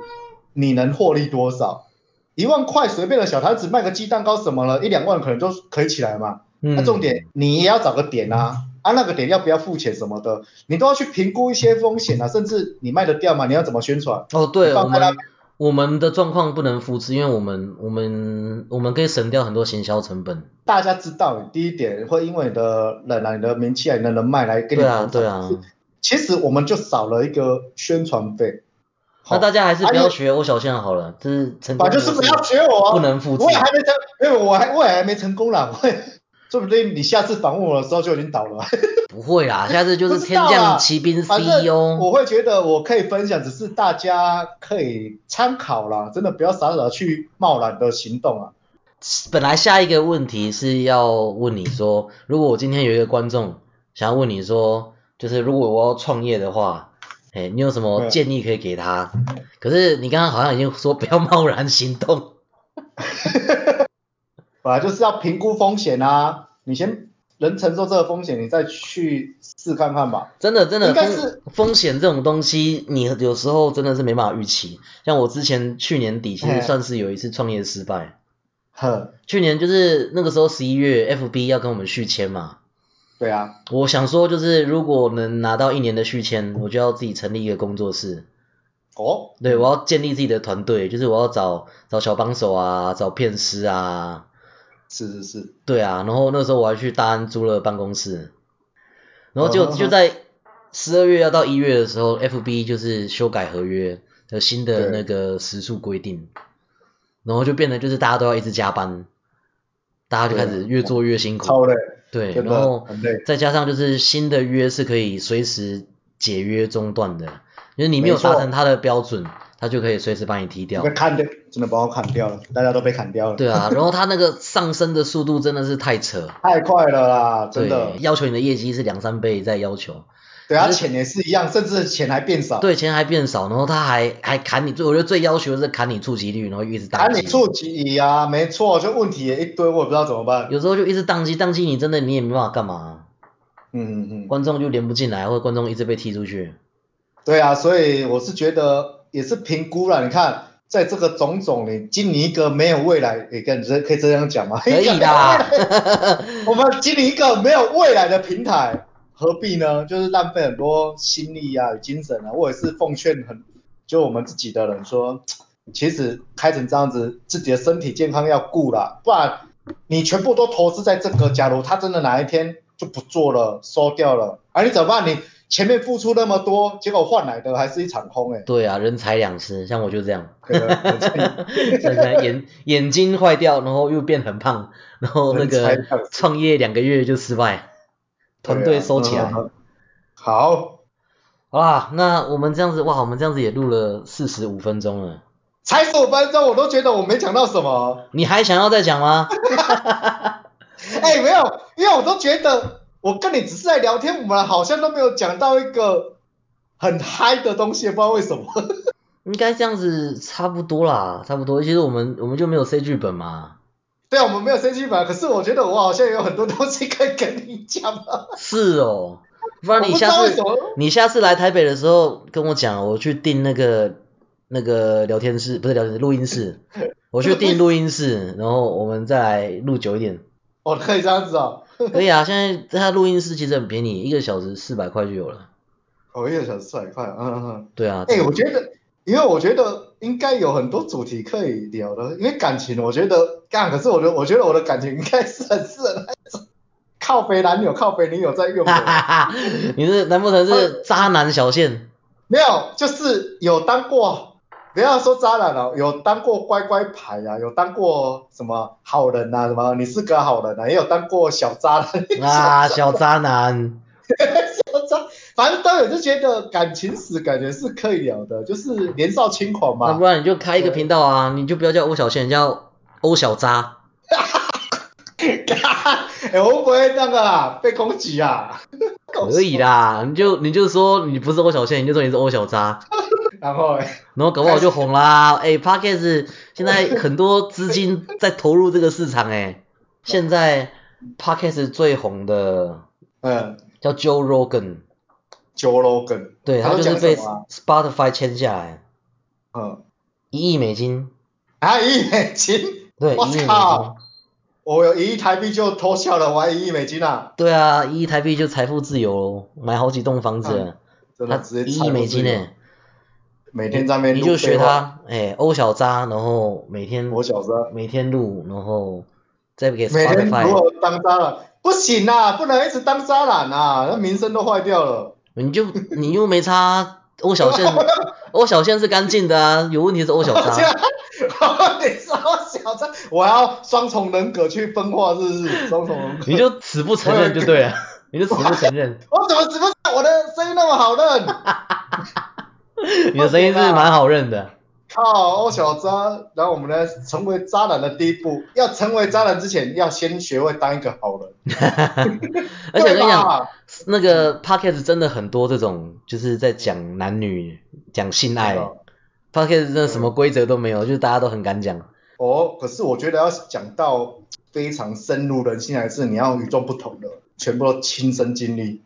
[SPEAKER 2] 你能获利多少？一万块随便的小摊子卖个鸡蛋糕什么了，一两万可能就可以起来嘛。
[SPEAKER 1] 嗯
[SPEAKER 2] 那重点你也要找个点啊，啊那个点要不要付钱什么的，你都要去评估一些风险啊，甚至你卖得掉吗？你要怎么宣传？
[SPEAKER 1] 哦，对，
[SPEAKER 2] 放
[SPEAKER 1] 我
[SPEAKER 2] 在那
[SPEAKER 1] 们我们的状况不能复制，因为我们我们我们可以省掉很多行销成本。
[SPEAKER 2] 大家知道你第一点会因为你的人啊、你的名气啊、你的人脉来给你
[SPEAKER 1] 对啊，
[SPEAKER 2] 捧场
[SPEAKER 1] 对啊。
[SPEAKER 2] 其实我们就少了一个宣传费。
[SPEAKER 1] 那大家还是不
[SPEAKER 2] 啊
[SPEAKER 1] 要
[SPEAKER 2] 你
[SPEAKER 1] 学欧小倩好了，这是成功
[SPEAKER 2] 反
[SPEAKER 1] 模
[SPEAKER 2] 正
[SPEAKER 1] 式。
[SPEAKER 2] 就是不要学我、啊，
[SPEAKER 1] 不能复制
[SPEAKER 2] 我也还没成，没有，我还我也还没成功啦， <laughs> 我也说不定你下次访问我的时候就已经倒了。
[SPEAKER 1] 不会啦，下次就是
[SPEAKER 2] 不知
[SPEAKER 1] 天
[SPEAKER 2] 道啦
[SPEAKER 1] 降奇兵
[SPEAKER 2] <laughs>
[SPEAKER 1] E
[SPEAKER 2] 反正
[SPEAKER 1] CEO。
[SPEAKER 2] 我会觉得我可以分享，只是大家可以参考啦，真的不要傻傻地去贸然的行动啊。
[SPEAKER 1] 本来下一个问题是要问你说，如果我今天有一个观众想要问你说，就是如果我要创业的话，哎，你有什么
[SPEAKER 2] 对啊
[SPEAKER 1] 建议可以给他？可是你刚刚好像已经说不要贸然行动。
[SPEAKER 2] 本来就是要评估风险啊，你先能承受这个风险，你再去试看看吧。
[SPEAKER 1] 真的真的
[SPEAKER 2] 应该
[SPEAKER 1] 风
[SPEAKER 2] 是
[SPEAKER 1] 风险这种东西，你有时候真的是没办法预期。像我之前去年底其实
[SPEAKER 2] 哎
[SPEAKER 1] 算是有一次创业失败，
[SPEAKER 2] 哼，
[SPEAKER 1] 去年就是那个时候十一月，FB 要跟我们续签嘛，
[SPEAKER 2] 对啊，
[SPEAKER 1] 我想说就是如果能拿到一年的续签，我就要自己成立一个工作室，
[SPEAKER 2] 哦，
[SPEAKER 1] 对我要建立自己的团队，就是我要找找小帮手啊，找片师啊，
[SPEAKER 2] 是是是，
[SPEAKER 1] 对啊，然后那时候我还去大安租了办公室，然后就
[SPEAKER 2] 哦
[SPEAKER 1] 就在十二月要到一月的时候，FB 就是修改合约的新的
[SPEAKER 2] 对
[SPEAKER 1] 那个时数规定，然后就变得就是大家都要一直加班，大家就开始越做越辛苦，
[SPEAKER 2] 超累，
[SPEAKER 1] 对，
[SPEAKER 2] 真
[SPEAKER 1] 然
[SPEAKER 2] 的
[SPEAKER 1] 后
[SPEAKER 2] 很累
[SPEAKER 1] 再加上就是新的约是可以随时解约中断的，就是你没有
[SPEAKER 2] 没错
[SPEAKER 1] 达成他的标准，他就可以随时把你踢掉
[SPEAKER 2] 被。砍掉，真的把我砍掉了，大家都被砍掉了。
[SPEAKER 1] 对啊，然 <laughs> 后他那个上升的速度真的是太扯，
[SPEAKER 2] 太快了啦，真
[SPEAKER 1] 对
[SPEAKER 2] 的，。
[SPEAKER 1] 要求你的业绩是两三倍在要求，
[SPEAKER 2] 对啊，钱也是一样，甚至钱还变少。，
[SPEAKER 1] 对钱还变少，然后他还还砍你，最我觉得最要求的是砍你触及率，然后一直宕
[SPEAKER 2] 啊，
[SPEAKER 1] 机。
[SPEAKER 2] 你触及乙啊，没错，就问题也一堆，我也不知道怎么办。
[SPEAKER 1] 有时候就一直宕机，宕机你真的你也没办法干嘛、
[SPEAKER 2] 嗯嗯嗯，
[SPEAKER 1] 观众就连不进来，或者观众一直被踢出去。
[SPEAKER 2] 对啊，所以我是觉得也是评估了。你看，在这个种种，你经营一个没有未来，也跟你这可以这样讲吗？
[SPEAKER 1] 可以啦
[SPEAKER 2] <laughs> 我们经营一个没有未来的平台，何必呢？就是浪费很多心力啊、与精神啊。我也是奉劝很，就我们自己的人说，其实开成这样子，自己的身体健康要顾啦，不然你全部都投资在这个，假如他真的哪一天就不做了，收掉了，啊，你怎么办？你前面付出那么多，结果换来的还是一场空哎、
[SPEAKER 1] 对啊，人财两失，像我就这样，
[SPEAKER 2] 对啊我建议
[SPEAKER 1] 真的眼眼睛坏掉，然后又变很胖，然后那
[SPEAKER 2] 人财两
[SPEAKER 1] 个
[SPEAKER 2] 失
[SPEAKER 1] 创业两个月就失败，团队收起来。
[SPEAKER 2] 对啊嗯嗯嗯好，
[SPEAKER 1] 好啦，那我们这样子，哇，我们这样子也录了四十五分钟了，
[SPEAKER 2] 才十五分钟，我都觉得我没讲到什么。
[SPEAKER 1] 你还想要再讲吗？
[SPEAKER 2] 哎、没有，因为我都觉得我跟你只是在聊天，我们好像都没有讲到一个很嗨的东西，不知道为什么。
[SPEAKER 1] 应该这样子差不多啦，差不多。其实我们我们就没有 C 剧本嘛，
[SPEAKER 2] 对啊，我们没有生气吧？可是我觉得我好像有很多东西可以跟你讲啊。 <laughs>
[SPEAKER 1] 是哦，不然
[SPEAKER 2] 我
[SPEAKER 1] 你
[SPEAKER 2] 不知
[SPEAKER 1] 下
[SPEAKER 2] 道为
[SPEAKER 1] 次
[SPEAKER 2] 什么，
[SPEAKER 1] 你下次来台北的时候跟我讲，我去订那个那个聊天室，不是聊天室，录音室，我去订录音室，然后我们再来录久一点。
[SPEAKER 2] 我可以这样子哦。 <laughs>
[SPEAKER 1] 可以啊，现在它录音室其实很便宜，一个小时四百块就有了。
[SPEAKER 2] 我也想出来快，嗯嗯嗯。
[SPEAKER 1] 对啊，
[SPEAKER 2] 哎、我觉得，因为我觉得应该有很多主题可以聊的，因为感情，我觉得干，可是我的，我觉得我的感情应该是很适合那种 <laughs> 靠北男友、靠北女友在用
[SPEAKER 1] 哈哈
[SPEAKER 2] <laughs> 的，
[SPEAKER 1] 哈， <laughs> 你是难不成是渣男小线？
[SPEAKER 2] 没有，就是有当过，不要说渣男了、有当过乖乖牌啊，有当过什么好人啊，什么你是个好人啊，也有当过小渣男，
[SPEAKER 1] 啊，小渣男。
[SPEAKER 2] 小渣，反正都有，就觉得感情史感觉是可以聊的，就是年少轻狂
[SPEAKER 1] 那
[SPEAKER 2] 嘛
[SPEAKER 1] 不。然你就开一个频道啊，你就不要叫欧小线，你叫欧小渣。
[SPEAKER 2] 哎、我会不会那个啊？被攻击啊？
[SPEAKER 1] <laughs> 可以啦，你就你就说你不是欧小线，你就说你是欧小渣，
[SPEAKER 2] 然后嘞，
[SPEAKER 1] 然后搞不好就红
[SPEAKER 2] <laughs>
[SPEAKER 1] 啦。哎 p o c k e t 现在很多资金在投入这个市场哎、现在 p o c k e t 最红的
[SPEAKER 2] 嗯
[SPEAKER 1] 叫 Joe Rogan，
[SPEAKER 2] ，Joe Rogan，
[SPEAKER 1] 对
[SPEAKER 2] 他
[SPEAKER 1] 他
[SPEAKER 2] 都
[SPEAKER 1] 就是
[SPEAKER 2] 讲
[SPEAKER 1] 被
[SPEAKER 2] 什么
[SPEAKER 1] Spotify 签下来，
[SPEAKER 2] 啊？嗯，
[SPEAKER 1] 一亿美金，
[SPEAKER 2] 啊，一亿美金，
[SPEAKER 1] 对，一
[SPEAKER 2] 我
[SPEAKER 1] 亿美金，
[SPEAKER 2] 靠我有一亿台币就偷笑了，我还一亿美金啊，
[SPEAKER 1] 对啊，一亿台币就财富自由咯，买好几栋房子了，
[SPEAKER 2] 啊真
[SPEAKER 1] 他
[SPEAKER 2] 的直接
[SPEAKER 1] 一
[SPEAKER 2] 踩
[SPEAKER 1] 亿
[SPEAKER 2] 我
[SPEAKER 1] 美金
[SPEAKER 2] 自
[SPEAKER 1] 呢、
[SPEAKER 2] 己每天在那边
[SPEAKER 1] 你
[SPEAKER 2] 录
[SPEAKER 1] 就学
[SPEAKER 2] 废话，
[SPEAKER 1] 他，哎、欧小渣，然后每天
[SPEAKER 2] 我小时候
[SPEAKER 1] 每天录，然后再给
[SPEAKER 2] 每天如
[SPEAKER 1] Spotify，
[SPEAKER 2] 果当渣了，不行啊，不能一直当渣男啊，那名声都坏掉了。
[SPEAKER 1] 你就你又没差。欧小
[SPEAKER 2] <laughs>
[SPEAKER 1] 线，欧小线是干净的啊，有问题是欧小
[SPEAKER 2] 这样
[SPEAKER 1] 渣。
[SPEAKER 2] <laughs> 你说小渣，我要双重人格去分化，是不
[SPEAKER 1] <laughs>
[SPEAKER 2] 是？双重人格，
[SPEAKER 1] 你就死不承认就对了，你就死不承
[SPEAKER 2] <laughs>
[SPEAKER 1] 认。
[SPEAKER 2] 我怎么知不道我的声音那么好认？
[SPEAKER 1] 你的声音是蛮好认的，
[SPEAKER 2] 靠，欧哦小渣，然后我们呢，成为渣男的第一步，要成为渣男之前，要先学会当一个好人。
[SPEAKER 1] 而且我跟你
[SPEAKER 2] 对
[SPEAKER 1] 讲，
[SPEAKER 2] 吧，
[SPEAKER 1] 那个 podcast 真的很多这种，就是在讲男女、讲性爱
[SPEAKER 2] 对啊。
[SPEAKER 1] podcast 真的什么规则都没
[SPEAKER 2] 嗯
[SPEAKER 1] 有，就是大家都很敢讲。
[SPEAKER 2] 哦，可是我觉得要讲到非常深入人心，还是你要与众不同的，全部都亲身经历。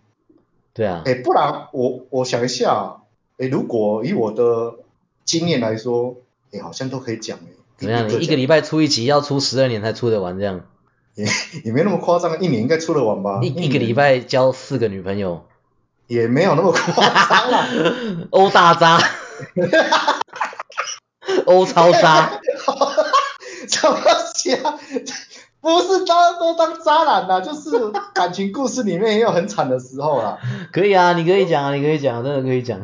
[SPEAKER 1] 对啊，
[SPEAKER 2] 哎，不然我我想一下，哎，如果以我的经验来说，哎，好像都可以讲哎。
[SPEAKER 1] 怎么样？你一个
[SPEAKER 2] 讲
[SPEAKER 1] 礼拜出一集，要出十二年才出得完这样。
[SPEAKER 2] 也没那么夸张，一年应该出得完吧？
[SPEAKER 1] 一一个礼拜交四个女朋友，
[SPEAKER 2] 也没有那么夸张啦。 <laughs>
[SPEAKER 1] 欧大渣，欧超渣，
[SPEAKER 2] 什么西啊？不是当都当渣男啦、就是感情故事里面也有很惨的时候啦，
[SPEAKER 1] 可以啊，你可以讲啊，你可以讲啊，真的可以讲。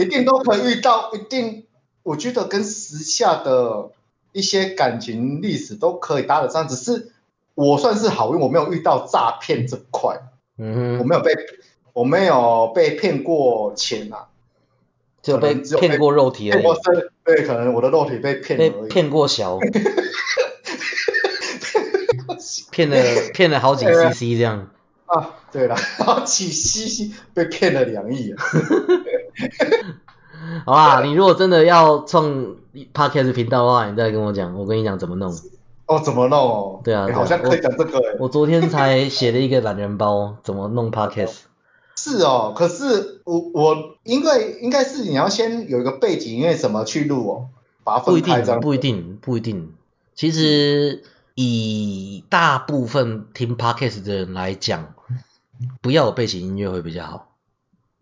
[SPEAKER 2] 一定都可以遇到，一定我觉得跟时下的一些感情历史都可以搭得上，只是我算是好运，我没有遇到诈骗这块，
[SPEAKER 1] 嗯
[SPEAKER 2] 我
[SPEAKER 1] 哼，
[SPEAKER 2] 没有被我没有被骗过钱啊，
[SPEAKER 1] 就被
[SPEAKER 2] 可能只有
[SPEAKER 1] 骗过肉体而
[SPEAKER 2] 骗
[SPEAKER 1] 已
[SPEAKER 2] 过，身，对，可能我的肉体被骗
[SPEAKER 1] 被
[SPEAKER 2] 了而已。
[SPEAKER 1] 骗过
[SPEAKER 2] <laughs>
[SPEAKER 1] 小，骗了骗了好几 CC 这样。
[SPEAKER 2] 啊，对了， <laughs> 然后起西西被骗了两亿、啊，
[SPEAKER 1] <laughs> 好啦，你如果真的要创 podcast 频道的话，你再跟我讲，我跟你讲怎么弄。
[SPEAKER 2] 哦，怎么弄哦？
[SPEAKER 1] 对啊
[SPEAKER 2] 诶
[SPEAKER 1] 对啊
[SPEAKER 2] 好像可以讲这个、诶
[SPEAKER 1] 我昨天才写了一个懒人包，怎么弄 podcast。
[SPEAKER 2] 是哦，可是我我因为应该是你要先有一个背景，因为什么去录哦，把它
[SPEAKER 1] 不
[SPEAKER 2] <laughs> 分
[SPEAKER 1] 一
[SPEAKER 2] 开这
[SPEAKER 1] 定，
[SPEAKER 2] 样。
[SPEAKER 1] 不一定，不一定。其实以大部分听 podcast 的人来讲，不要有背景音乐会比较好。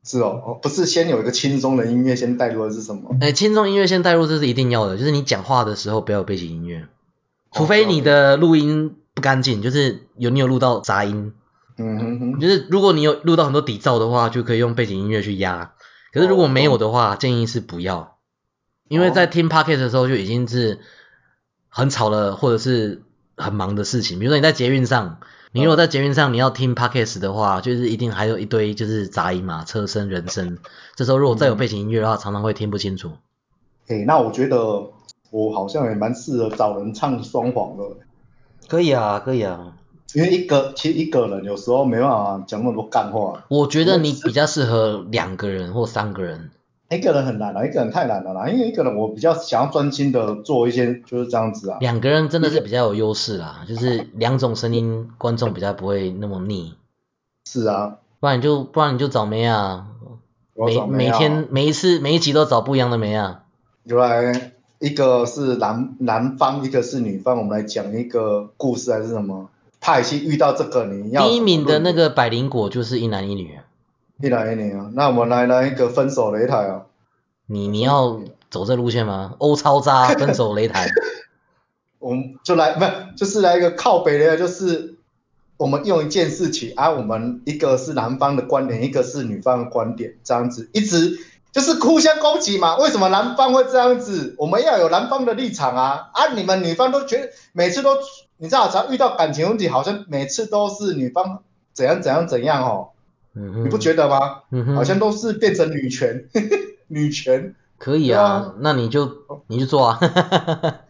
[SPEAKER 2] 是哦，哦不是先有一个轻松的音乐先带入的是什么？
[SPEAKER 1] 哎，轻松音乐先带入这是一定要的，就是你讲话的时候不要有背景音乐，
[SPEAKER 2] 哦
[SPEAKER 1] 除非你的录音不干净，就是有你有录到杂音，
[SPEAKER 2] 嗯哼哼，
[SPEAKER 1] 就是如果你有录到很多底噪的话，就可以用背景音乐去压。可是如果没有的话，建议是不要，因为在听 podcast 的时候就已经是很吵了，或者是很忙的事情。比如说你在捷运上，你如果在捷运上你要听 podcast 的话，就是一定还有一堆就是杂音嘛，车声、人声。这时候如果再有背景音乐的话，常常会听不清楚。
[SPEAKER 2] 诶、哎那我觉得我好像也蛮适合找人唱双簧的，
[SPEAKER 1] 可以啊，可以啊。
[SPEAKER 2] 因为一个其实一个人有时候没办法讲那么多干话，
[SPEAKER 1] 我觉得你比较适合两个人或三个人。
[SPEAKER 2] 一个人很难啊，一个人太难了啦，因为一个人我比较想要专心的做一些就是这样子啊，
[SPEAKER 1] 两个人真的是比较有优势啦，就是两种声音，观众比较不会那么腻。
[SPEAKER 2] 是啊，
[SPEAKER 1] 不然你就不然你就找梅啊，
[SPEAKER 2] 我
[SPEAKER 1] 每
[SPEAKER 2] 找妹
[SPEAKER 1] 每
[SPEAKER 2] 啊
[SPEAKER 1] 天每一次每一集都找不一样的梅啊。
[SPEAKER 2] 原来一个是男男方，一个是女方，我们来讲一个故事还是什么？派系遇到这个你要
[SPEAKER 1] 第一名的那
[SPEAKER 2] 个
[SPEAKER 1] 个百灵果就是一男一女，啊
[SPEAKER 2] 一男一女啊，那我们来来一个分手擂台啊，
[SPEAKER 1] 你你要走这路线吗？欧超
[SPEAKER 2] <laughs>
[SPEAKER 1] 渣，分手擂台，
[SPEAKER 2] 我们就来不是就是来一个靠北擂台，就是我们用一件事情啊，我们一个是男方的观点，一个是女方的观点，这样子一直。就是互相攻击嘛，为什么男方会这样子？我们要有男方的立场啊！啊，你们女方都觉得每次都，你知道，只要遇到感情问题，好像每次都是女方怎样怎样怎样哦，
[SPEAKER 1] 嗯哼，
[SPEAKER 2] 你不觉得吗？
[SPEAKER 1] 嗯哼
[SPEAKER 2] 好像都是变成女权， <laughs> 女权。
[SPEAKER 1] 可以
[SPEAKER 2] 对
[SPEAKER 1] 啊
[SPEAKER 2] 啊？
[SPEAKER 1] 那你就你就做啊， <laughs>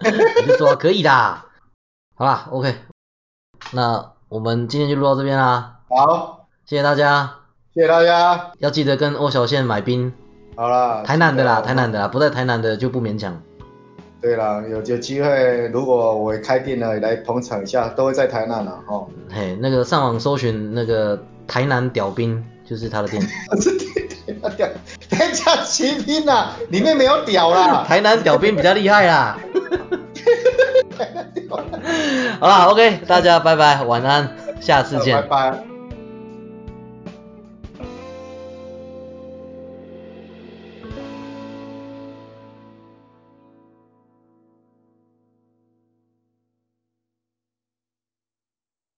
[SPEAKER 1] 你就做啊，可以啦。好啦，OK，那我们今天就录到这边啦，
[SPEAKER 2] 好，
[SPEAKER 1] 谢谢大家，
[SPEAKER 2] 谢谢大家。
[SPEAKER 1] 要记得跟欧小倩买冰，
[SPEAKER 2] 好啦，
[SPEAKER 1] 台南的啦，
[SPEAKER 2] 记得
[SPEAKER 1] 台南的啦，不在台南的就不勉强。
[SPEAKER 2] 对啦，有有机会，如果我开店了，来捧场一下，都会在台南了哦。 <laughs>
[SPEAKER 1] 嘿，那个上网搜寻那个台南屌冰，就是他的店，
[SPEAKER 2] 屌，等一下骑兵啦，里面没有屌
[SPEAKER 1] <laughs>
[SPEAKER 2] 啦。
[SPEAKER 1] 台南屌冰比较厉害啦。好啦，OK，大家拜拜，晚安，下次见。
[SPEAKER 2] 拜拜。